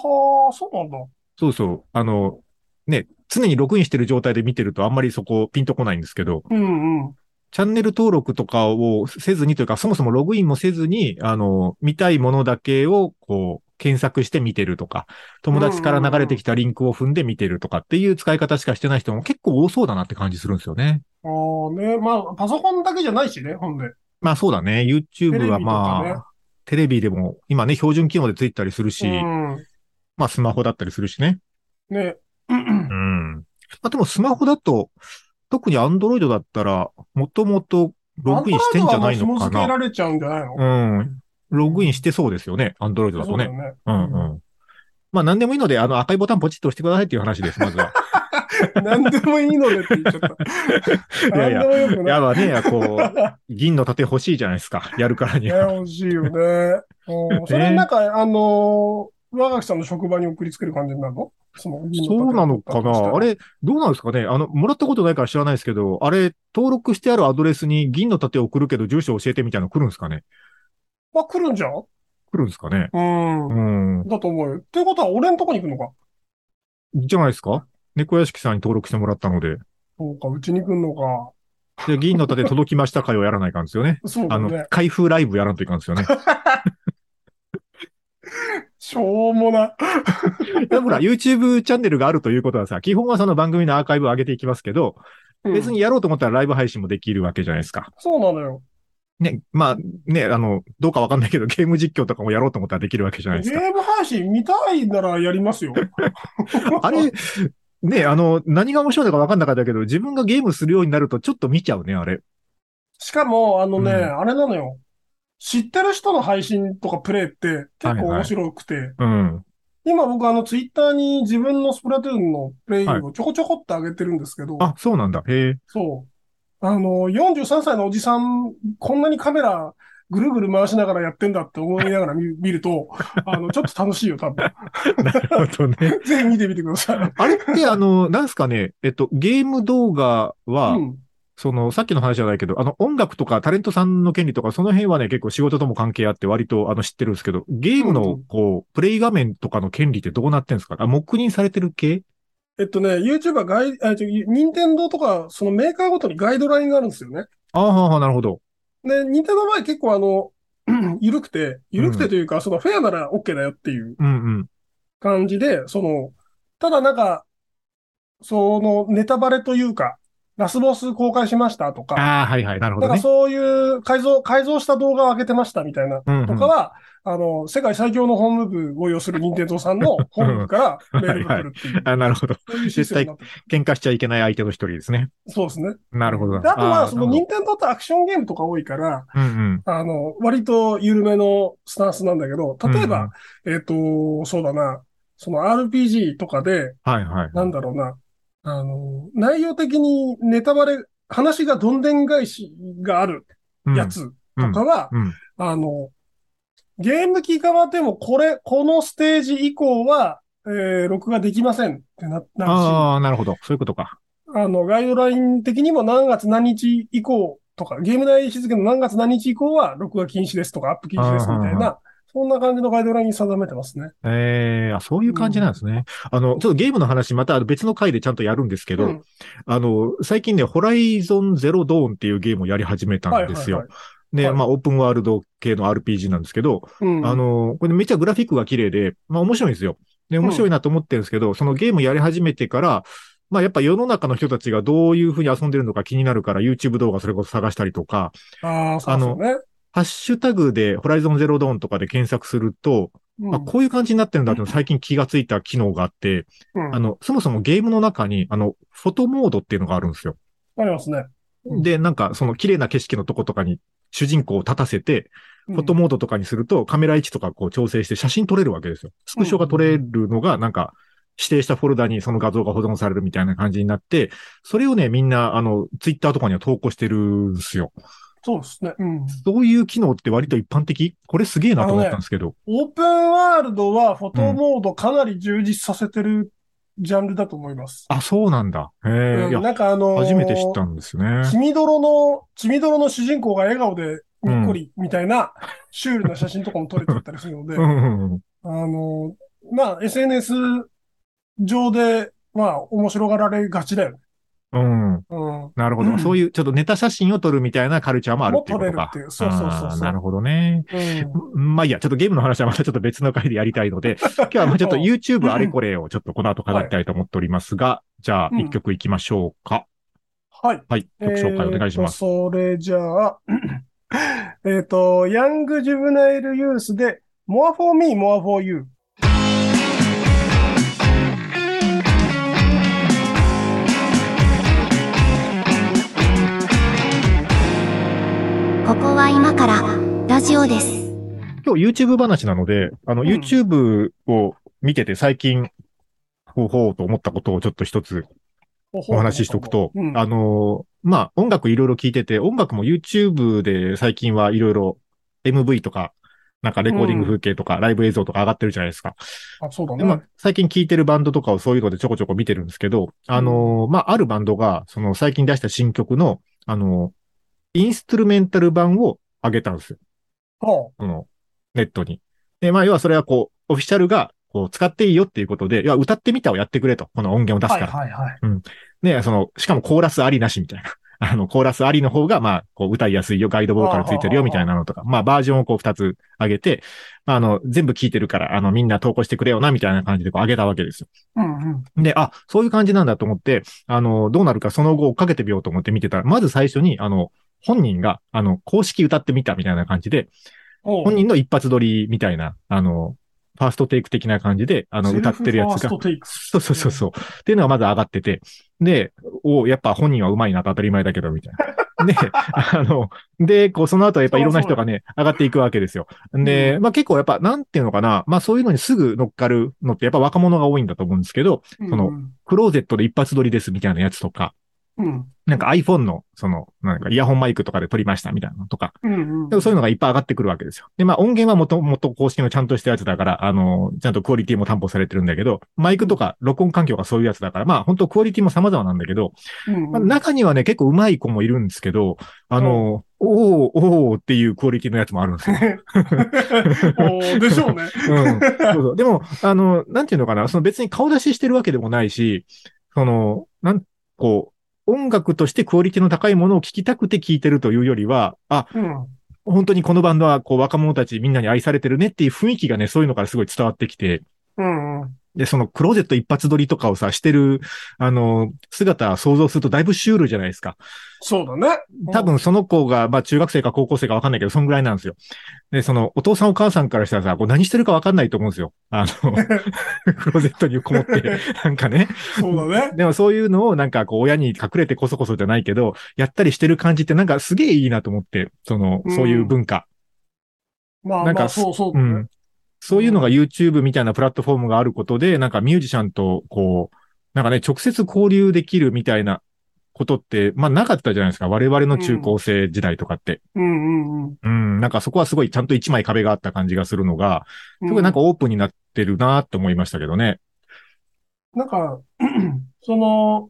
[SPEAKER 3] は、そうなんだ。
[SPEAKER 2] そうそう。あの、ね、常にログインしてる状態で見てるとあんまりそこピンとこないんですけど、
[SPEAKER 3] うんうん。
[SPEAKER 2] チャンネル登録とかをせずにというか、そもそもログインもせずに、あの、見たいものだけを、こう、検索して見てるとか、友達から流れてきたリンクを踏んで見てるとかっていう使い方しかしてない人も結構多そうだなって感じするんですよね。
[SPEAKER 3] ああね、まあ、パソコンだけじゃないしね、ほんで。
[SPEAKER 2] まあそうだね。
[SPEAKER 3] テレビ
[SPEAKER 2] YouTube
[SPEAKER 3] と
[SPEAKER 2] は
[SPEAKER 3] か
[SPEAKER 2] ま
[SPEAKER 3] ね
[SPEAKER 2] あ、。テレビでも今ね、標準機能でついたりするし、
[SPEAKER 3] うん。
[SPEAKER 2] まあスマホだったりするしね。
[SPEAKER 3] ね。
[SPEAKER 2] うん。まあでもスマホだと、特に Android だったら、もともとログインしてんじゃないのか
[SPEAKER 3] アンドロイドはもう紐付けら
[SPEAKER 2] な。
[SPEAKER 3] れちゃうんじゃないの
[SPEAKER 2] うん。ログインしてそうですよね。Android だ
[SPEAKER 3] そ
[SPEAKER 2] と
[SPEAKER 3] うだ
[SPEAKER 2] ね
[SPEAKER 3] よ。ね。
[SPEAKER 2] うんうん。まあ何でもいいので、あの赤いボタンポチッと押してくださいっていう話です、まず は。
[SPEAKER 3] 何でもいいのでって言っちゃった。
[SPEAKER 2] いやいや
[SPEAKER 3] 何でもよく
[SPEAKER 2] い
[SPEAKER 3] ない
[SPEAKER 2] やまあね、こう、銀の盾欲しいじゃないですか。やるからに
[SPEAKER 3] いや、
[SPEAKER 2] は。
[SPEAKER 3] 欲しいよね。 うんそれなんか、あのー、我がさんの職場に送りつける感じになるのその
[SPEAKER 2] そうなのかなあれ、どうなんですかねあの、もらったことないから知らないですけど、あれ、登録してあるアドレスに銀の盾を送るけど、住所教えてみたいなの来るんですかね
[SPEAKER 3] まあ、来るんじゃん
[SPEAKER 2] 来るんですかね
[SPEAKER 3] う
[SPEAKER 2] うん。
[SPEAKER 3] ん。だと思うよ。っていうことは、俺のとこに行くのか。
[SPEAKER 2] じゃないですか猫屋敷さんに登録してもらったので。
[SPEAKER 3] そうか、うちに来るのか。
[SPEAKER 2] で、銀の盾届きました会をやらないかんですよね。
[SPEAKER 3] そう
[SPEAKER 2] あ
[SPEAKER 3] だ
[SPEAKER 2] の
[SPEAKER 3] ね、。
[SPEAKER 2] 開封ライブやらんといかんですよね。
[SPEAKER 3] しょうもな。
[SPEAKER 2] で もほら、YouTube チャンネルがあるということはさ、基本はその番組のアーカイブを上げていきますけど、
[SPEAKER 3] うん
[SPEAKER 2] 別にやろうと思ったらライブ配信もできるわけじゃないですか。
[SPEAKER 3] そうなのよ。
[SPEAKER 2] ね、まあね、あの、どうかわかんないけど、ゲーム実況とかもやろうと思ったらできるわけじゃないです
[SPEAKER 3] ゲ
[SPEAKER 2] か。
[SPEAKER 3] ーム配信見たいならやりますよ。
[SPEAKER 2] あれ、ね、あの、何が面白いのかわかんなかったけど、自分がゲームするようになるとちょっと見ちゃうね、あれ。
[SPEAKER 3] しかも、あのね、
[SPEAKER 2] うん
[SPEAKER 3] あれなのよ。知ってる人の配信とかプレイって結構面白くて、
[SPEAKER 2] うん。
[SPEAKER 3] 今僕あのツイッターに自分のスプラトゥーンのプレイをちょこちょこって上げてるんですけど、
[SPEAKER 2] あ、そうなんだ。へえ。
[SPEAKER 3] そう。あの、43歳のおじさん、こんなにカメラぐるぐる回しながらやってんだって思いながら見見る と、あの、ちょっと楽しいよ、多分。
[SPEAKER 2] なるほどね。
[SPEAKER 3] ぜひ見てみてください。
[SPEAKER 2] あれって、あの、なんすかね、えっと、ゲーム動画は、
[SPEAKER 3] うん。
[SPEAKER 2] その、さっきの話じゃないけど、あの、音楽とかタレントさんの権利とか、その辺はね、結構仕事とも関係あって、割と、あの、知ってるんですけど、ゲーム
[SPEAKER 3] うんう
[SPEAKER 2] の
[SPEAKER 3] ん、
[SPEAKER 2] こう、プレイ画面とかの権利ってどうなってんですかあ、黙認されてる系
[SPEAKER 3] えっとね、YouTuber ガイ、あ、ちょ、任天堂とか、そのメーカーごとにガイドラインがあるんですよね。
[SPEAKER 2] ああ、はあはあ、なるほど。
[SPEAKER 3] で、任天堂の場合結構あの、 緩くて、緩くてというか、そのフェアなら OK だよっていう
[SPEAKER 2] うんうん。
[SPEAKER 3] 感じで、その、ただなんか、そのネタバレというか、ラスボス公開しましたとか、
[SPEAKER 2] ああ、はいはい、なるほ
[SPEAKER 3] な
[SPEAKER 2] ど
[SPEAKER 3] んか
[SPEAKER 2] ね。
[SPEAKER 3] そういう改造、改造した動画を上げてましたみたいな
[SPEAKER 2] うんうん
[SPEAKER 3] とかは、あの、世界最強のホーム部を要する任天堂さんのホーム部からメールが来るっていう。
[SPEAKER 2] あなるほど。
[SPEAKER 3] そういうシステムになってる
[SPEAKER 2] 喧嘩しちゃいけない相手の一人ですね。
[SPEAKER 3] そうですね。
[SPEAKER 2] なるほど。
[SPEAKER 3] であとは、その
[SPEAKER 2] なる
[SPEAKER 3] 任天堂ってアクションゲームとか多いから、
[SPEAKER 2] ほどうんうん。
[SPEAKER 3] あの、割と緩めのスタンスなんだけど、例えば、えっ、と、そうだな、その RPG とかで、
[SPEAKER 2] はいはい。
[SPEAKER 3] なんだろうな、あの、内容的にネタバレ、話がどんでん返しがある
[SPEAKER 2] うん
[SPEAKER 3] や。つとかは、
[SPEAKER 2] うん。
[SPEAKER 3] あの、ゲーム機側でもこれ、このステージ以降は、えー録画できませんってな、なるし、あ
[SPEAKER 2] ああ、なるほど。そういうことか。
[SPEAKER 3] の、ガイドライン的にも何月何日以降とか、ゲーム内日付の何月何日以降は録画禁止ですとか、アップ禁止ですみたい
[SPEAKER 2] あーはー
[SPEAKER 3] な、そんな感じのガイドラインに定めてますね。
[SPEAKER 2] ええあ、そういう感じなんですね。あの、ちょっとゲームの話、またあの別の回でちゃんとやるんですけど、
[SPEAKER 3] うん
[SPEAKER 2] あの、最近ね、ホライゾンゼロドーンっていうゲームをやり始めたんですよ。
[SPEAKER 3] はいはい
[SPEAKER 2] で、
[SPEAKER 3] はい
[SPEAKER 2] まあ、オープンワールド系の RPG なんですけど、
[SPEAKER 3] はい。うん
[SPEAKER 2] あ、の、これめっちゃグラフィックが綺麗で、まあ面白いんですよ。で、面白いなと思ってるんですけど、そのゲームやり始めてから、まあやっぱ世の中の人たちがどういうふうに遊んでるのか気になるから YouTube 動画それこそ探したりとか、
[SPEAKER 3] ああ、そうですよね。
[SPEAKER 2] ハッシュタグでホライゾンゼロドーンとかで検索すると、
[SPEAKER 3] うん
[SPEAKER 2] あ、こういう感じになってるんだっていうの最近気がついた機能があって、
[SPEAKER 3] うん
[SPEAKER 2] あの、そもそもゲームの中に、あの、フォトモードっていうのがあるんですよ。
[SPEAKER 3] ありますね。うん
[SPEAKER 2] で、なんかその綺麗な景色のとことかに主人公を立たせて、フ
[SPEAKER 3] うん
[SPEAKER 2] ォトモードとかにすると、カメラ位置とかこう調整して写真撮れるわけですよ。スクショが撮れるのが、なんか、指定したフォルダにその画像が保存されるみたいな感じになって、それをね、みんな、あの、ツイッターとかには投稿してるんですよ。
[SPEAKER 3] そうですね。うん。
[SPEAKER 2] そういう機能って割と一般的これすげえなと思ったんですけど。
[SPEAKER 3] オープンワールドはフォトモードかなり充実させてるジャンルだと思います。
[SPEAKER 2] あそうなんだ。へえ、
[SPEAKER 3] うん
[SPEAKER 2] いや、
[SPEAKER 3] なんかあのー
[SPEAKER 2] 初めて知ったんですね。
[SPEAKER 3] 血みどろの、血みどろの主人公が笑顔でにっこりみたいなシュールな写真とかも撮れてたりするので、
[SPEAKER 2] うんうんうん。
[SPEAKER 3] あのーまあ SNS 上で、まあ面白がられがちだよね。
[SPEAKER 2] うん。
[SPEAKER 3] うん。
[SPEAKER 2] なるほ
[SPEAKER 3] う
[SPEAKER 2] ど。
[SPEAKER 3] ん
[SPEAKER 2] そういう、ちょっとネタ写真を撮るみたいなカルチャーもあるっていうこと
[SPEAKER 3] も
[SPEAKER 2] か
[SPEAKER 3] 撮。れるっていうそうそうそうそう
[SPEAKER 2] あーなるほどね。
[SPEAKER 3] う
[SPEAKER 2] う
[SPEAKER 3] ん
[SPEAKER 2] んまあいいや、ちょっとゲームの話はまたちょっと別の回でやりたいの で、今日はまあちょっと YouTube あれこれをちょっとこの後語りたいと思っておりますが、じゃあ
[SPEAKER 3] うん
[SPEAKER 2] 一曲いきましょうか。
[SPEAKER 3] はい。
[SPEAKER 2] はい、曲紹介お願いします。
[SPEAKER 3] えーとそれじゃあ、 えっと、ヤングジュブナイルユースで、More for me, more for you。
[SPEAKER 1] ここは今からラジオです。
[SPEAKER 2] 今日 YouTube 話なので、あの
[SPEAKER 3] うん
[SPEAKER 2] YouTube を見てて最近、ほうほうと思ったことをちょっと一つお話ししとくと、
[SPEAKER 3] うん
[SPEAKER 2] あの、まあ、音楽いろいろ聞いてて、音楽も YouTube で最近はいろいろ MV とか、なんかレコーディング風景とか、ライブ映像とか上がってるじゃないですか。
[SPEAKER 3] あ、そうだ
[SPEAKER 2] でまあ
[SPEAKER 3] ね。、
[SPEAKER 2] 最近聴いてるバンドとかをそういうのでちょこちょこ見てるんですけど、あのーまあ、あるバンドが、その最近出した新曲の、あのーインストゥルメンタル版を上げたんですよ。
[SPEAKER 3] ほ
[SPEAKER 2] この、ネットに。で、まあ、要はそれはこう、オフィシャルが、こう、使っていいよっていうことで、いや、歌ってみたをやってくれと、この音源を
[SPEAKER 3] う
[SPEAKER 2] 出す
[SPEAKER 3] は
[SPEAKER 2] か
[SPEAKER 3] い
[SPEAKER 2] ら。
[SPEAKER 3] はいはい。
[SPEAKER 2] ね、その、しかもコーラスありなしみたいな。 あの、コーラスありの方が、まあ、こう、歌いやすいよ、ガイドボーカルついてるよ、みたいなのとか、まあ、バージョンをこう、二つ上げて、まあ、あの、全部聞いてるから、あの、みんな投稿してくれよな、みたいな感じでこう、上げたわけですよ。
[SPEAKER 3] うんうん。
[SPEAKER 2] で、あ、そういう感じなんだと思って、あの、どうなるかその後追っかけてみようと思って見てたら、まず最初に、あの、本人が、あの、公式歌ってみたみたいな感じで、
[SPEAKER 3] ほ
[SPEAKER 2] 本人の一発撮りみたいな、あの、ファーストテイク的な感じで、あ
[SPEAKER 3] あ
[SPEAKER 2] の、歌ってるやつが
[SPEAKER 3] ファースト、テイクス。
[SPEAKER 2] そうそうそうそう。っていうのがまず上がってて。で、おやっぱ本人は上手いなと当たり前だけど、みたいな。で、あの、で、こう、その後やっぱいろんな人がね、上がっていくわけですよ。で、まあ結構やっぱ、なんていうのかな、まあそういうのにすぐ乗っかるのってやっぱ若者が多いんだと思うんですけど、
[SPEAKER 3] そ
[SPEAKER 2] そのクローゼットで一発撮りですみたいなやつとか、
[SPEAKER 3] うん
[SPEAKER 2] なんか iPhone の、その、なんかイヤホンマイクとかで撮りましたみたいなのとか、
[SPEAKER 3] うんうん。
[SPEAKER 2] でもそういうのがいっぱい上がってくるわけですよ。で、まあ音源はもともと公式のちゃんとしたやつだから、あの、ちゃんとクオリティも担保されてるんだけど、マイクとか録音環境がそういうやつだから、まあ本当クオリティも様々なんだけど、
[SPEAKER 3] うん
[SPEAKER 2] まあ
[SPEAKER 3] うん
[SPEAKER 2] 中にはね、結構上手い子もいるんですけど、あの、おーおーっていうクオリティのやつもあるんですよ。
[SPEAKER 3] おーでしょうね。
[SPEAKER 2] うん。そうそう。でも、あの、なんていうのかな、その別に顔出ししてるわけでもないし、その、なん、こう、音楽としてクオリティの高いものを聴きたくて聴いてるというよりは、あ、
[SPEAKER 3] うん。
[SPEAKER 2] 本当にこのバンドはこう若者たちみんなに愛されてるねっていう雰囲気がね、そういうのからすごい伝わってきて、
[SPEAKER 3] うんうん。
[SPEAKER 2] で、そのクローゼット一発撮りとかをさ、してる、あの、姿想像するとだいぶシュールじゃないですか。
[SPEAKER 3] そうだね。
[SPEAKER 2] 多分その子が、まあ中学生か高校生かわかんないけど、そんぐらいなんですよ。で、その、お父さんお母さんからしたらさ、こう何してるかわかんないと思うんですよ。 あの、クローゼットにこもって、なんかね。
[SPEAKER 3] そうだね。
[SPEAKER 2] でもそういうのをなんかこう親に隠れてこそこそじゃないけど、やったりしてる感じってなんかすげえいいなと思って、その、そういう文化。
[SPEAKER 3] まあ、
[SPEAKER 2] なんか
[SPEAKER 3] まあそうそう
[SPEAKER 2] う
[SPEAKER 3] だ
[SPEAKER 2] ん。
[SPEAKER 3] ね。
[SPEAKER 2] そういうのが YouTube みたいなプラットフォームがあることで、なんかミュージシャンとこう、なんかね、直接交流できるみたいなことって、まあなかったじゃないですか。我々の中高生時代とかって。
[SPEAKER 3] うんうんうん。
[SPEAKER 2] うん、なんかそこはすごいちゃんと一枚壁があった感じがするのが、すごいなんかオープンになってるなって思いましたけどね。
[SPEAKER 3] なんか、 その、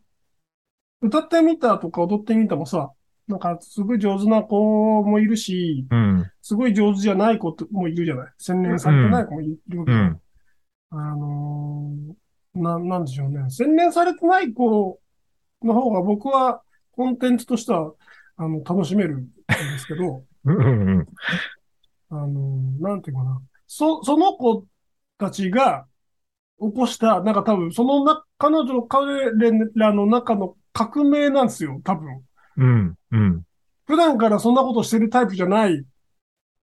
[SPEAKER 3] 歌ってみたとか踊ってみたもさ、なんかすごい上手な子もいるし、
[SPEAKER 2] うん、
[SPEAKER 3] すごい上手じゃない子もいるじゃない洗練されてない子もいるわけ
[SPEAKER 2] う
[SPEAKER 3] じゃない
[SPEAKER 2] ん、
[SPEAKER 3] あのーな、なんでしょうね。洗練されてない子の方が僕はコンテンツとしては、あの、楽しめるんですけど、
[SPEAKER 2] うん、うん、うん
[SPEAKER 3] あのーなんていうかな。そ、その子たちが起こした、なんか多分、そのな、彼女の彼らの中の革命なんですよ、多分。
[SPEAKER 2] うん、うん。
[SPEAKER 3] 普段からそんなことしてるタイプじゃない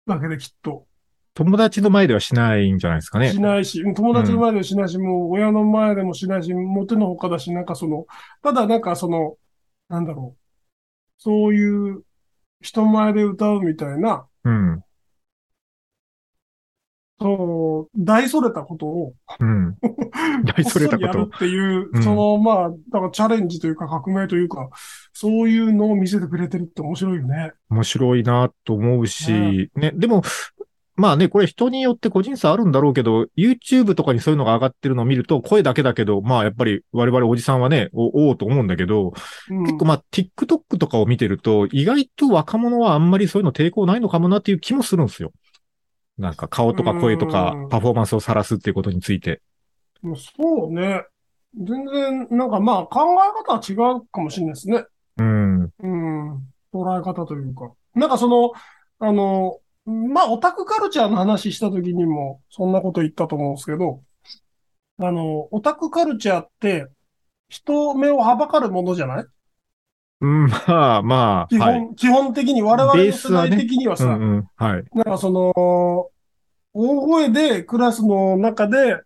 [SPEAKER 3] わけで、きっと。
[SPEAKER 2] 友達の前ではしないんじゃないですかね。
[SPEAKER 3] しないし、うん友達の前でもしないし、もう親の前でもしないし、もてのほかだし、なんかその、ただなんかその、なんだろう。そういう人前で歌うみたいな、
[SPEAKER 2] うん、
[SPEAKER 3] その、大それたことを、
[SPEAKER 2] うん。大それたこ
[SPEAKER 3] こっそりや
[SPEAKER 2] と
[SPEAKER 3] る。っていう、
[SPEAKER 2] うん
[SPEAKER 3] その、まあ、だからチャレンジというか革命というか、そういうのを見せてくれてるって面白いよね。
[SPEAKER 2] 面白いなと思うし
[SPEAKER 3] ね、
[SPEAKER 2] ね、でも、まあね、これ人によって個人差あるんだろうけど、YouTube とかにそういうのが上がってるのを見ると、声だけだけど、まあやっぱり我々おじさんはね、お、おうと思うんだけど、
[SPEAKER 3] うん
[SPEAKER 2] 結構まあ TikTok とかを見てると、意外と若者はあんまりそういうの抵抗ないのかもなっていう気もするんですよ。なんか顔とか声とか
[SPEAKER 3] うん
[SPEAKER 2] パフォーマンスを晒すっていうことについて。
[SPEAKER 3] もうそうね。全然、なんかまあ、考え方は違うかもしれないですね。
[SPEAKER 2] うん。
[SPEAKER 3] うん、捉え方というか。なんかその、あの、まあ、オタクカルチャーの話した時にも、そんなこと言ったと思うんですけど、あの、オタクカルチャーって、人目をはばかるものじゃない
[SPEAKER 2] うんまあまあ、
[SPEAKER 3] 基本、
[SPEAKER 2] はい。
[SPEAKER 3] 基本的に、我々
[SPEAKER 2] ベー
[SPEAKER 3] の
[SPEAKER 2] ス
[SPEAKER 3] 世
[SPEAKER 2] はね
[SPEAKER 3] 代的には
[SPEAKER 2] う
[SPEAKER 3] さ、
[SPEAKER 2] んうん。はい。
[SPEAKER 3] なんかその、大声でクラスの中で、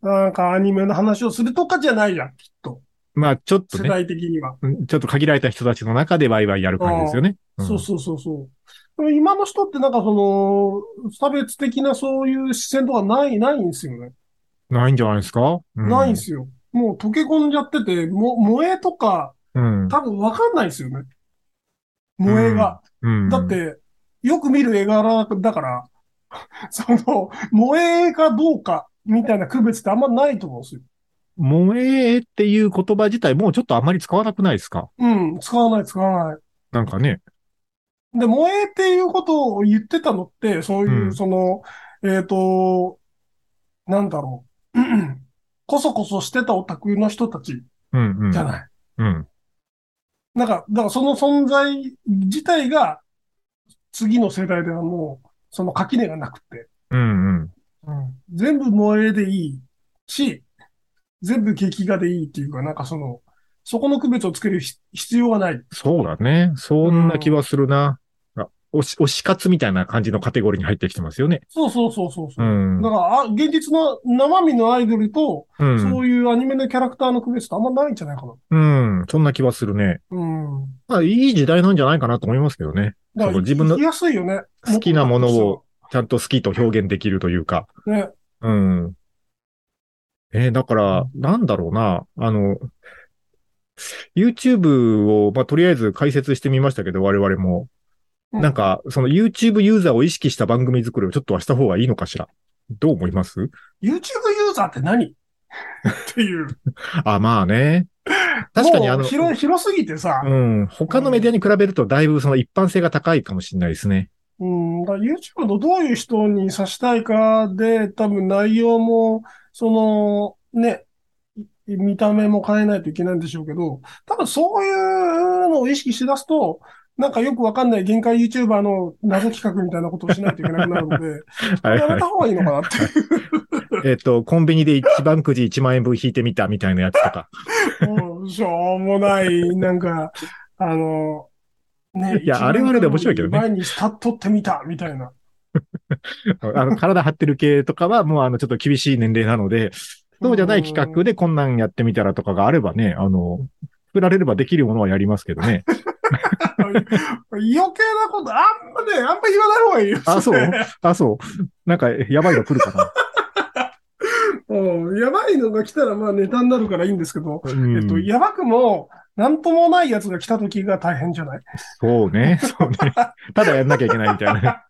[SPEAKER 3] なんかアニメの話をするとかじゃないやん、きっと。
[SPEAKER 2] まあちょっと
[SPEAKER 3] 世
[SPEAKER 2] ね、
[SPEAKER 3] 代的には。
[SPEAKER 2] うんちょっと限られた人たちの中でワイワイやる感じですよね。ん
[SPEAKER 3] そうそうそうそう。でも今の人ってなんかその、差別的なそういう視線とかない、ないんですよね。
[SPEAKER 2] ないんじゃないですか、うん、
[SPEAKER 3] ないんですよ。もう溶け込んじゃってて、も、萌えとか、
[SPEAKER 2] うん。
[SPEAKER 3] 多分わかんないんですよね。萌えが。
[SPEAKER 2] うん。
[SPEAKER 3] だっ、て、よく見る絵柄だから、 その、萌えかどうか、みたいな区別ってあんまないと思うんですよ。
[SPEAKER 2] 萌えっていう言葉自体もうちょっとあんまり使わなくないですか
[SPEAKER 3] うん、使わない、使わない。
[SPEAKER 2] なんかね。
[SPEAKER 3] で、萌えっていうことを言ってたのって、そういう、
[SPEAKER 2] うん
[SPEAKER 3] その、えっ、と、なんだろう。 こそこそしてたオタクの人たち
[SPEAKER 2] うんうん。
[SPEAKER 3] じゃない。
[SPEAKER 2] うん。
[SPEAKER 3] なんか、だからその存在自体が、次の世代ではもう、その垣根がなくて、
[SPEAKER 2] うんうん。
[SPEAKER 3] 全部萌えでいいし、全部劇画でいいっていうか、なんかその、そこの区別をつける必必要はない。
[SPEAKER 2] そうだね。そんな気はするな。あ推し、推し活みたいな感じのカテゴリーに入ってきてますよね。
[SPEAKER 3] そうそうそうそうそうう。
[SPEAKER 2] ん。
[SPEAKER 3] だから、あ、現実の生身のアイドルと、
[SPEAKER 2] うん。
[SPEAKER 3] そういうアニメのキャラクターの区別ってあんまないんじゃないかな。
[SPEAKER 2] うん。そんな気はするね。
[SPEAKER 3] うん。
[SPEAKER 2] まあ、いい時代なんじゃないかなと思いますけどね。
[SPEAKER 3] だ
[SPEAKER 2] そ
[SPEAKER 3] から、
[SPEAKER 2] う自分の
[SPEAKER 3] 生きやすいよね。
[SPEAKER 2] 好きなものを。ちゃんと好きと表現できるというか。
[SPEAKER 3] ね。
[SPEAKER 2] うん。えーだから、なんだろうな。あの、YouTube を、まあ、とりあえず解説してみましたけど、我々も。
[SPEAKER 3] うん
[SPEAKER 2] なんか、その YouTube ユーザーを意識した番組作りをちょっとはした方がいいのかしら。どう思います
[SPEAKER 3] YouTube ユーザーって 何っていう。
[SPEAKER 2] あ、まあね。確かにあ
[SPEAKER 3] も
[SPEAKER 2] の
[SPEAKER 3] う、広い、広すぎてさ。
[SPEAKER 2] うん。他のメディアに比べるとだいぶその一般性が高いかもしれないですね。
[SPEAKER 3] うん。だから YouTube のどういう人に刺したいかで、多分内容も、その、ね、い見た目も変えないといけないんでしょうけど、多分そういうのを意識しだすと、なんかよくわかんない限界 YouTuber の謎企画みたいなことをしないといけなくなるので、
[SPEAKER 2] はい
[SPEAKER 3] や
[SPEAKER 2] は
[SPEAKER 3] め
[SPEAKER 2] い
[SPEAKER 3] た。方がいいのかなっていう。
[SPEAKER 2] えっと、コンビニで一番くじ1万円分引いてみたみたいなやつとか。
[SPEAKER 3] もう、しょうもない、なんか、あの、ね、
[SPEAKER 2] いやあれはあれで面白いけどね
[SPEAKER 3] 前に立っとってみた、みたいな。
[SPEAKER 2] あの、体張ってる系とかはもうあの、ちょっと厳しい年齢なので、そうじゃない企画でこんなんやってみたらとかがあればね、あの、作られればできるものはやりますけどね。
[SPEAKER 3] 余計なこと、あんまね、あんま言わない方がいいよ。
[SPEAKER 2] あ、そう
[SPEAKER 3] れ
[SPEAKER 2] あ、そう。なんか、やばいの来るかな。
[SPEAKER 3] うん、やばいのが来たら、まあネタになるからいいんですけど、
[SPEAKER 2] うん
[SPEAKER 3] えっと、やばくも、なんともないやつが来た時が大変じゃない
[SPEAKER 2] そうね、そうね。ただやんなきゃいけないみたいな。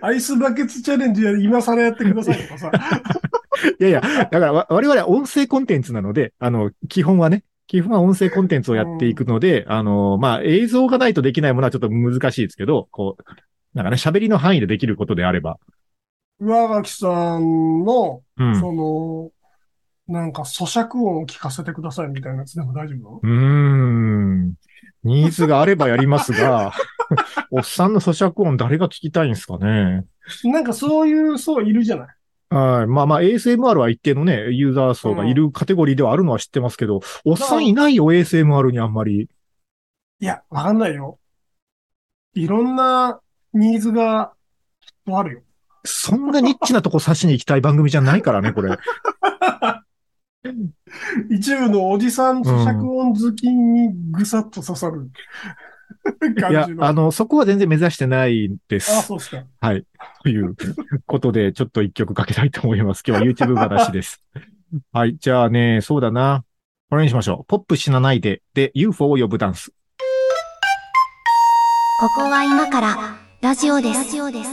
[SPEAKER 3] アイスバケツチャレンジや今更やってくださいとかさ。
[SPEAKER 2] いやいや、だからわ我々は音声コンテンツなので、あの、基本はね、基本は音声コンテンツをやっていくので、あの、まあ、映像がないとできないものはちょっと難しいですけど、こう、なんかね、喋りの範囲でできることであれば。
[SPEAKER 3] 上垣さんの、
[SPEAKER 2] うん。う
[SPEAKER 3] その、なんか咀嚼音を聞かせてくださいみたいなやつでも大丈夫なの
[SPEAKER 2] ーん。ニーズがあればやります が、おっさんの咀嚼音誰が聞きたいんですかね。
[SPEAKER 3] なんかそういう層いるじゃない
[SPEAKER 2] はい。まあまあ、ASMR は一定のね、ユーザー層がいるカテゴリーではあるのは知ってますけど、おっさんいないよ、ASMR にあんまり。
[SPEAKER 3] いや、わかんないよ。いろんなニーズがきっとあるよ。
[SPEAKER 2] そんなニッチなとこ刺しに行きたい番組じゃないからね、これ。
[SPEAKER 3] 一部のおじさん咀嚼音好きにぐさっと刺さる
[SPEAKER 2] いや
[SPEAKER 3] 感じ、の。
[SPEAKER 2] あの、そこは全然目指してないで
[SPEAKER 3] あ、
[SPEAKER 2] す。
[SPEAKER 3] そうですか。
[SPEAKER 2] はい。ということで、ちょっと一曲かけたいと思います。 今日は YouTube 話です。はい。じゃあね、そうだな。これにしましょう。ポップ死なないで、で、UFO を呼ぶダンス。
[SPEAKER 1] ここは今からラジオです。ラジオです。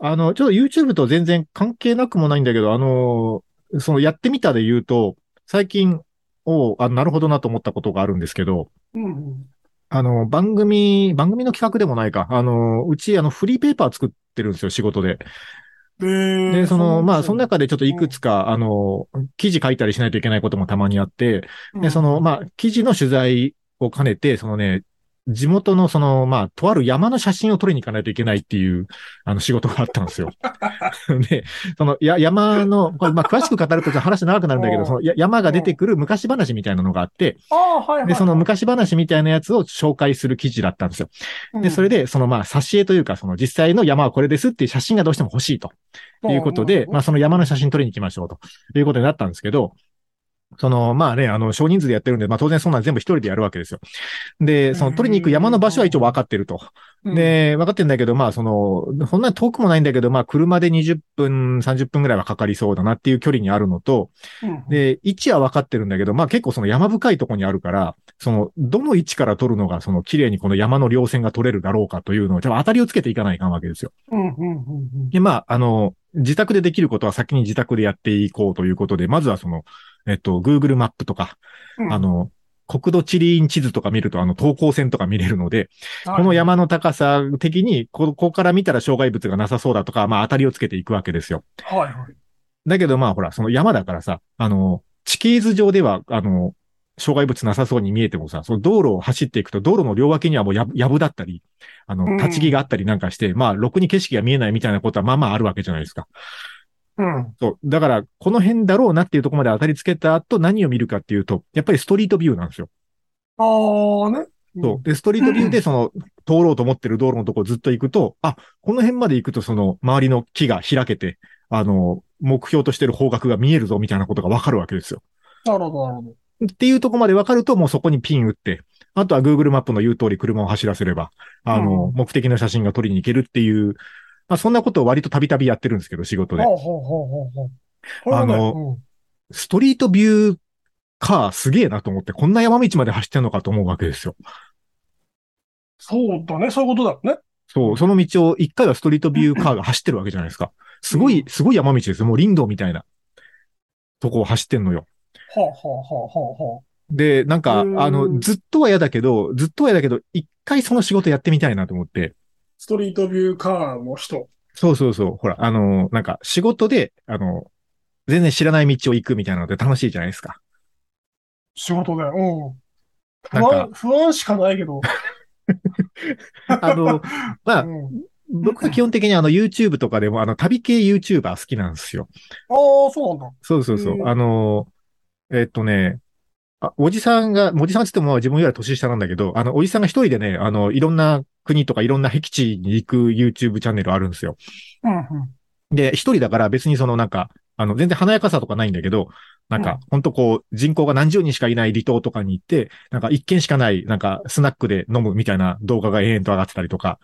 [SPEAKER 2] あの、ちょっと YouTube と全然関係なくもないんだけど、あの、そのやってみたで言うと、最近、をあ、なるほどなと思ったことがあるんですけど、
[SPEAKER 3] うんうん。
[SPEAKER 2] あの、番組、番組の企画でもないか。あの、うち、あの、フリーペーパー作ってるんですよ、仕事で。
[SPEAKER 3] で
[SPEAKER 2] で、その、まあ、その中でちょっといくつ
[SPEAKER 3] か、
[SPEAKER 2] か、あの、記事書いたりしないといけないこともたまにあって、で、そ
[SPEAKER 3] の、
[SPEAKER 2] の、まあ、記事の取材を兼ねて、そのね、地元の、その、まあ、とある山の写真を撮りに行かないといけないっていう、あの、仕事があったん ですよ。で、その、や、山の、これまあ、詳しく語るとちょっと話長くなるんだけ
[SPEAKER 3] う
[SPEAKER 2] ど、
[SPEAKER 3] ん
[SPEAKER 2] その、や山が出てくる昔話みたいなのがあって、
[SPEAKER 3] ああ、はいはいはい。
[SPEAKER 2] で、その昔話みたいなやつを紹介する記事だったんですよ。で、それ
[SPEAKER 3] で、
[SPEAKER 2] で、そのまあ、挿絵というか、その実際の山はこれですっていう写真がどうしても欲しいということで、まあ、その山の写真撮りに行きましょうということになったんですけど、その、まあね、あの、少人数でやってるんで、まあ当然そんなん全部一人でやるわけですよ。で、その撮りに行く山の場所は一応分かってると。
[SPEAKER 3] うん、
[SPEAKER 2] で、分かってんだけど、まあその、そんなに遠くもないんだけど、まあ車で20分、30分ぐらいはかかりそうだなっていう距離にあるのと、
[SPEAKER 3] うん、
[SPEAKER 2] で、位置は分かってるんだけど、まあ結構その山深いとこにあるから、その、どの位置から取るのが、その綺麗にこの山の稜線が取れるだろうかというのを、多分当たりをつけていかないかんわけですよ。
[SPEAKER 3] うん、うん、うんうん。
[SPEAKER 2] で、まあ、あの、自宅でできることは先に自宅でやっていこうということで、まずはその、えっと、Google マップとか、
[SPEAKER 3] うん
[SPEAKER 2] あ、の、国土地理院地図とか見ると、あの、等高線とか見れるので、
[SPEAKER 3] はい
[SPEAKER 2] この、山の高さ的に、ここから見たら障害物がなさそうだとか、まあ、当たりをつけていくわけですよ。
[SPEAKER 3] はいはい。
[SPEAKER 2] だけどまあほら、その山だからさ、あの、地形図上では、あの、障害物なさそうに見えてもさ、その道路を走っていくと、道路の両脇にはもうやぶやぶだったり、あ
[SPEAKER 3] う
[SPEAKER 2] の、
[SPEAKER 3] ん
[SPEAKER 2] 立ち木があったりなんかして、まあ、ろくに景色が見えないみたいなことはまあまああるわけじゃないですか。
[SPEAKER 3] うん。
[SPEAKER 2] そう。だから、この辺だろうなっていうところまで当たりつけた後、何を見るかっていうと、やっぱりストリートビューなんですよ。
[SPEAKER 3] ああ、ね。
[SPEAKER 2] そう。で、ストリートビューで、その、通ろうと思ってる道路のとこずっと行くと、あ、この辺まで行くと、その、周りの木が開けて、あの、目標としてる方角が見えるぞ、みたいなことがわかるわけですよ。
[SPEAKER 3] うん。なるほど、なるほど。
[SPEAKER 2] っていうとこまで分かると、もうそこにピン打って、あとは Google マップの言う通り車を走らせれば、あの、
[SPEAKER 3] うん
[SPEAKER 2] 目的の写真が撮りに行けるっていう、まあそんなことを割とたびたびやってるんですけど、仕事で
[SPEAKER 3] ほ。うほうほうほうほう。これはね
[SPEAKER 2] あの、ストリートビューカーすげえなと思って、こんな山道まで走ってんのかと思うわけですよ。
[SPEAKER 3] そうだね、そういうことだよね。
[SPEAKER 2] そう、その道を一回はストリートビューカーが走ってるわけじゃないですか。すごい、すごい山道ですよ。もう林道みたいなとこを走ってんのよ。
[SPEAKER 3] はあ、はあはあはあは
[SPEAKER 2] で、なんか、あ
[SPEAKER 3] うん
[SPEAKER 2] の、ずっとは嫌だけど、ずっとは嫌だけど、一回その仕事やってみたいなと思って、
[SPEAKER 3] ストリートビューカーの人。
[SPEAKER 2] そうそうそう。ほら、あの、なんか仕事で、あの、全然知らない道を行くみたいなので楽しいじゃないですか。
[SPEAKER 3] 仕事で。うん。不
[SPEAKER 2] なんか
[SPEAKER 3] 安、不安しかないけど。
[SPEAKER 2] あの、まあ
[SPEAKER 3] う、ん
[SPEAKER 2] 僕は基本的にあの YouTube とかでも、あの、旅系 YouTuber 好きなんですよ。
[SPEAKER 3] ああ、そうなんだ。
[SPEAKER 2] そうそうそうう。
[SPEAKER 3] ん
[SPEAKER 2] あの、えっとね、あ、おじさんが、おじさんって言っても自分よりは年下なんだけど、あの、おじさんが一人でね、あの、いろんな国とかいろんな僻地に行く YouTube チャンネルあるんですよ。
[SPEAKER 3] うん
[SPEAKER 2] で、一人だから別にそのなんか、あの、全然華やかさとかないんだけど、なん
[SPEAKER 3] うん
[SPEAKER 2] か、ほんとこう、人口が何十人しかいない離島とかに行って、なんか一軒しかない、なんか、スナックで飲むみたいな動画が延々と上がってたりとか、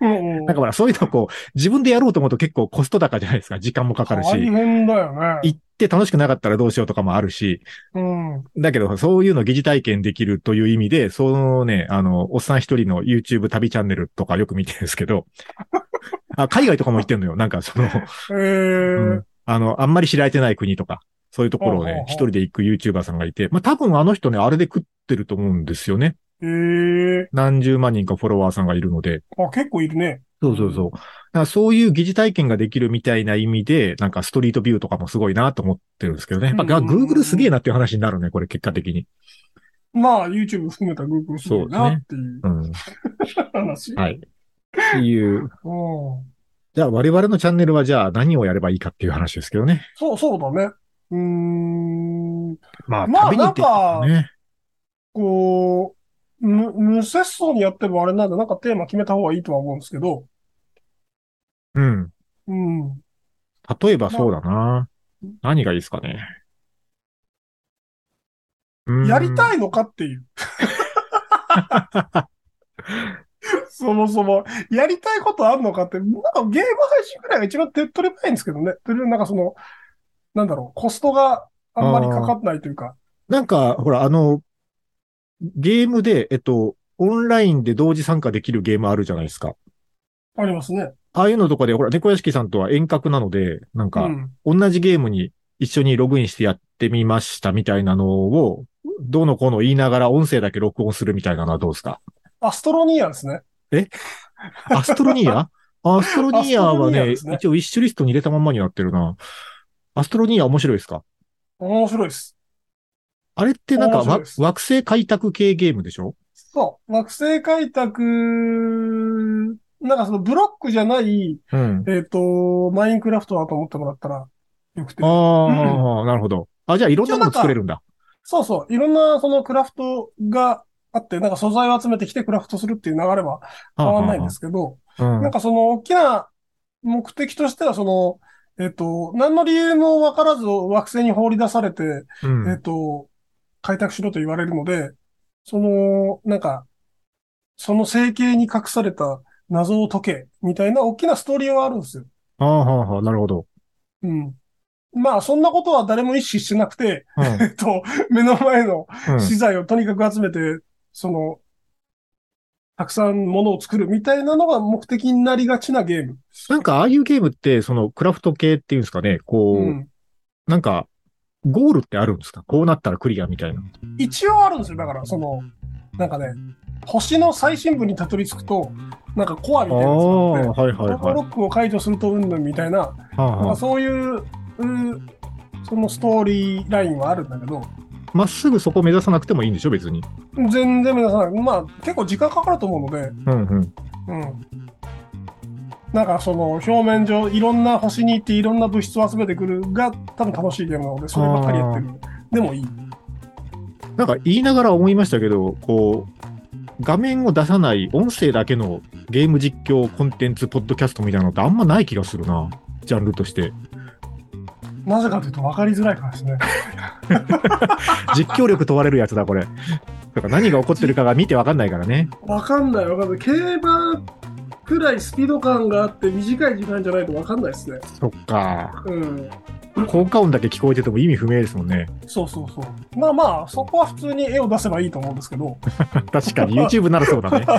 [SPEAKER 3] うん。
[SPEAKER 2] なんかほら、そういうのこう、自分でやろうと思うと結構コスト高じゃないですか。時間もかかる
[SPEAKER 3] 大
[SPEAKER 2] し、
[SPEAKER 3] 変だよね。
[SPEAKER 2] 行って楽しくなかったらどうしようとかもあるし、
[SPEAKER 3] うん。
[SPEAKER 2] だけど、そういうの疑似体験できるという意味で、そのね、あの、おっさん一人の YouTube 旅チャンネルとかよく見てるんですけ ど、あ海外とかも行ってんのよ。なんかその、
[SPEAKER 3] え
[SPEAKER 2] う
[SPEAKER 3] ー
[SPEAKER 2] ん、あの、あんまり知られてない国とか、そういうところを
[SPEAKER 3] ほうほう
[SPEAKER 2] ね
[SPEAKER 3] ほう、
[SPEAKER 2] 一人で行く YouTuber さんがいて、まあ多分あの人ね、あれで食ってると思うんですよね。
[SPEAKER 3] えー
[SPEAKER 2] 何十万人かフォロワーさんがいるので。
[SPEAKER 3] あ、結構いるね。
[SPEAKER 2] そうそうそう。だからそういう疑似体験ができるみたいな意味で、なんかストリートビューとかもすごいなと思ってるんですけどね。まあ、
[SPEAKER 3] うんうんうん
[SPEAKER 2] Google すげえなっていう話になるね、これ結果的に。
[SPEAKER 3] まあ、YouTube 含めた Google すごいなっていう
[SPEAKER 2] うん。
[SPEAKER 3] 話。
[SPEAKER 2] はい。っていう。
[SPEAKER 3] うん
[SPEAKER 2] じゃあ我々のチャンネルはじゃあ何をやればいいかっていう話ですけどね。
[SPEAKER 3] そう、そうだね。うーん。
[SPEAKER 2] まあ、
[SPEAKER 3] まあ
[SPEAKER 2] 旅に行ってきたらね。
[SPEAKER 3] こう、む、無節操にやってもあれなんで、なんかテーマ決めた方がいいとは思うんですけど、
[SPEAKER 2] うん。
[SPEAKER 3] うん。
[SPEAKER 2] 例えばそうだな。何がいいですかね。
[SPEAKER 3] やり
[SPEAKER 2] い
[SPEAKER 3] たいのかっていう。そもそも、やりたいことあんのかって、なんかゲーム配信ぐらいが一番手っ取り早いんですけどね。とりあえずなんかその、なんだろう、コストがあんまりかかんないというか。
[SPEAKER 2] なんか、ほら、あの、ゲームで、えっと、オンラインで同時参加できるゲームあるじゃないですか。
[SPEAKER 3] ありますね。
[SPEAKER 2] ああいうのとかで、ほら、猫屋敷さんとは遠隔なので、なん
[SPEAKER 3] う
[SPEAKER 2] か、
[SPEAKER 3] ん。
[SPEAKER 2] 同じゲームに一緒にログインしてやってみましたみたいなのを、どうのこうの言いながら音声だけ録音するみたいなのはどうですか
[SPEAKER 3] アストロニアですね。
[SPEAKER 2] アストロニアアストロニアはね、
[SPEAKER 3] アストロニアですね
[SPEAKER 2] 一応一種リストに入れたまんまになってるな。アストロニア面白いですか
[SPEAKER 3] 面白いです。
[SPEAKER 2] あれってなんか
[SPEAKER 3] 面白い
[SPEAKER 2] わ
[SPEAKER 3] です
[SPEAKER 2] 惑星開拓系ゲームでしょ
[SPEAKER 3] そう。惑星開拓、なんかそのブロックじゃない、
[SPEAKER 2] うん。
[SPEAKER 3] えっ、と、マインクラフトだと思ってもらったらよくて。
[SPEAKER 2] ああ、なるほど。あ、じゃあいろんなもの作れるんだ。
[SPEAKER 3] そうそう。いろんなそのクラフトがあって、なんか素材を集めてきてクラフトするっていう流れは変わんないんですけど、
[SPEAKER 2] はあはあ
[SPEAKER 3] なんかその大きな目的としては、その、えっ、と、何の理由もわからず惑星に放り出されて、
[SPEAKER 2] うんう
[SPEAKER 3] えっ、
[SPEAKER 2] ん
[SPEAKER 3] と、開拓しろと言われるので、その、なんか、その成形に隠された謎を解け、みたいな大きなストーリーはあるんですよ。
[SPEAKER 2] ああ、はあはあなるほど。
[SPEAKER 3] うん。まあ、そんなことは誰も意識してなくて、
[SPEAKER 2] うんう
[SPEAKER 3] えっと、目の前の
[SPEAKER 2] ん
[SPEAKER 3] 資材をとにかく集めて、その、たくさんものを作るみたいなのが目的になりがちなゲーム。
[SPEAKER 2] なんかああいうゲームって、そのクラフト系っていうんですかね、こう、
[SPEAKER 3] うん。
[SPEAKER 2] なんか、ゴールってあるんですかこうなったらクリアみたいな。
[SPEAKER 3] 一応あるんですよ。だから、その、なんかね、星の最深部にたどり着くと、なんかコアみ
[SPEAKER 2] あ
[SPEAKER 3] たいなやつ
[SPEAKER 2] あ、
[SPEAKER 3] があって、
[SPEAKER 2] はいはい
[SPEAKER 3] ロックロ
[SPEAKER 2] は
[SPEAKER 3] ックを解除するとうんぬんみたいな、
[SPEAKER 2] い。はあ
[SPEAKER 3] なん
[SPEAKER 2] は
[SPEAKER 3] か
[SPEAKER 2] あ
[SPEAKER 3] そういう、うんそのストーリーラインはあるんだけど、
[SPEAKER 2] まっすぐそこ目指さなくてもいいんでしょ別に。
[SPEAKER 3] 全然目指さない。まあ、結構時間かかると思うので、
[SPEAKER 2] うんうん。
[SPEAKER 3] うん。なんかその表面上、いろんな星に行っていろんな物質を集めてくるが多分楽しいゲームなので、そればっかりやってる。でもいい。
[SPEAKER 2] なんか言いながら思いましたけど、こう、画面を出さない音声だけのゲーム実況コンテンツ、ポッドキャストみたいなのってあんまない気がするな。ジャンルとして。
[SPEAKER 3] なぜかというと分かりづらいからですね。
[SPEAKER 2] 実況力問われるやつだ、これ。だから何が起こってるかが見てわかんないからね。
[SPEAKER 3] 分かんない分かんない。競馬くらいスピード感があって短い時間じゃないと分かんないですね。
[SPEAKER 2] そっか。
[SPEAKER 3] うん。
[SPEAKER 2] 効果音だけ聞こえてても意味不明ですもんね。
[SPEAKER 3] そうそうそう。まあまあ、そこは普通に絵を出せばいいと思うんです けど。
[SPEAKER 2] 確かに YouTube ならそうだね。う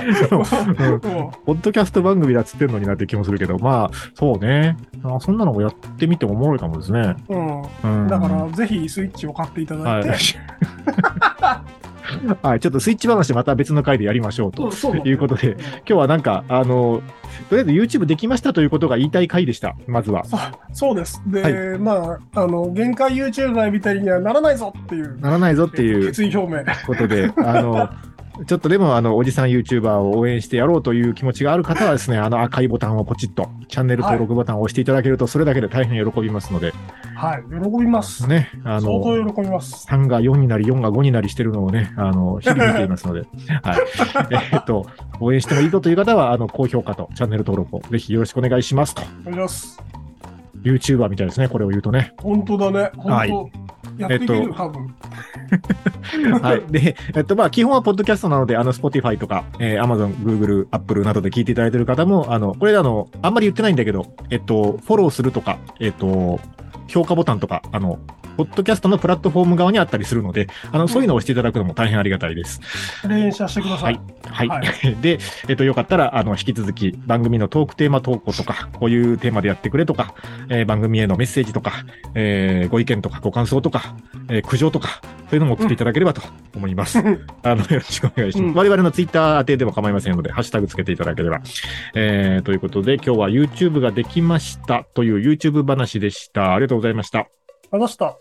[SPEAKER 2] ん
[SPEAKER 3] うん
[SPEAKER 2] ポッドキャスト番組だっつってんのになって気もするけど、まあ、そうね。あそんなのもやってみてもおもろいかもですね。
[SPEAKER 3] うん、
[SPEAKER 2] うん、
[SPEAKER 3] だから、ぜひスイッチを買っていただいて、
[SPEAKER 2] はい。はい、ちょっとスイッチ話また別の回でやりましょうと。
[SPEAKER 3] うん そうなんだ
[SPEAKER 2] ということで
[SPEAKER 3] うん
[SPEAKER 2] 今日はなんか、あの、とりあえず YouTube できましたということが言いたい回でした。まずは。
[SPEAKER 3] そうです。で、
[SPEAKER 2] は
[SPEAKER 3] まあ、あの、限界 YouTuber みたいにはならないぞっていう
[SPEAKER 2] ならないぞっていう
[SPEAKER 3] 決意表明。
[SPEAKER 2] ことで、あの、ちょっとでも、あの、おじさん YouTuber を応援してやろうという気持ちがある方はですね、あの赤いボタンをポチッと、チャンネル登録ボタンを押していただけると、それだけで大変喜びますので、
[SPEAKER 3] はい。喜びます。
[SPEAKER 2] ね、あ
[SPEAKER 3] 相
[SPEAKER 2] の、
[SPEAKER 3] 当喜びます。
[SPEAKER 2] 3が4になり、4が5になりしてるのをね、あの、日々見ていますので、はい。えっと、応援してもいいぞという方は、あの、高評価とチャンネル登録をぜひよろしくお願いしますと。
[SPEAKER 3] お願いします。
[SPEAKER 2] YouTuber みたいですね、これを言うとね。
[SPEAKER 3] 本当だね。
[SPEAKER 2] は
[SPEAKER 3] 本当。やっていける、
[SPEAKER 2] えっと
[SPEAKER 3] 多分。
[SPEAKER 2] はい。で、えっと、まあ、基本はポッドキャストなので、あの、Spotify とか、えー、Amazon、Google、Apple などで聞いていただいている方も、あの、これあの、あんまり言ってないんだけど、えっと、フォローするとか、えっと、評価ボタンとか、あの、ポッドキャストのプラットフォーム側にあったりするので、あの、そういうのを押していただくのも大変ありがたいです。
[SPEAKER 3] 連射してください。
[SPEAKER 2] はい。
[SPEAKER 3] は
[SPEAKER 2] で、えっと、よかったら、あの、引き続き、番組のトークテーマ投稿とか、こういうテーマでやってくれとか、えー番組へのメッセージとか、えーご意見とか、ご感想とか、えー苦情とか、そういうのも送っていただければと思い ます。あの、よろしくお願いします。
[SPEAKER 3] うん
[SPEAKER 2] 我々のツイッター宛てでも構いませんので、ハッシュタグつけていただければ。えーということで、今日は YouTube ができましたという YouTube 話でした。ありがとうございました。
[SPEAKER 3] 話した。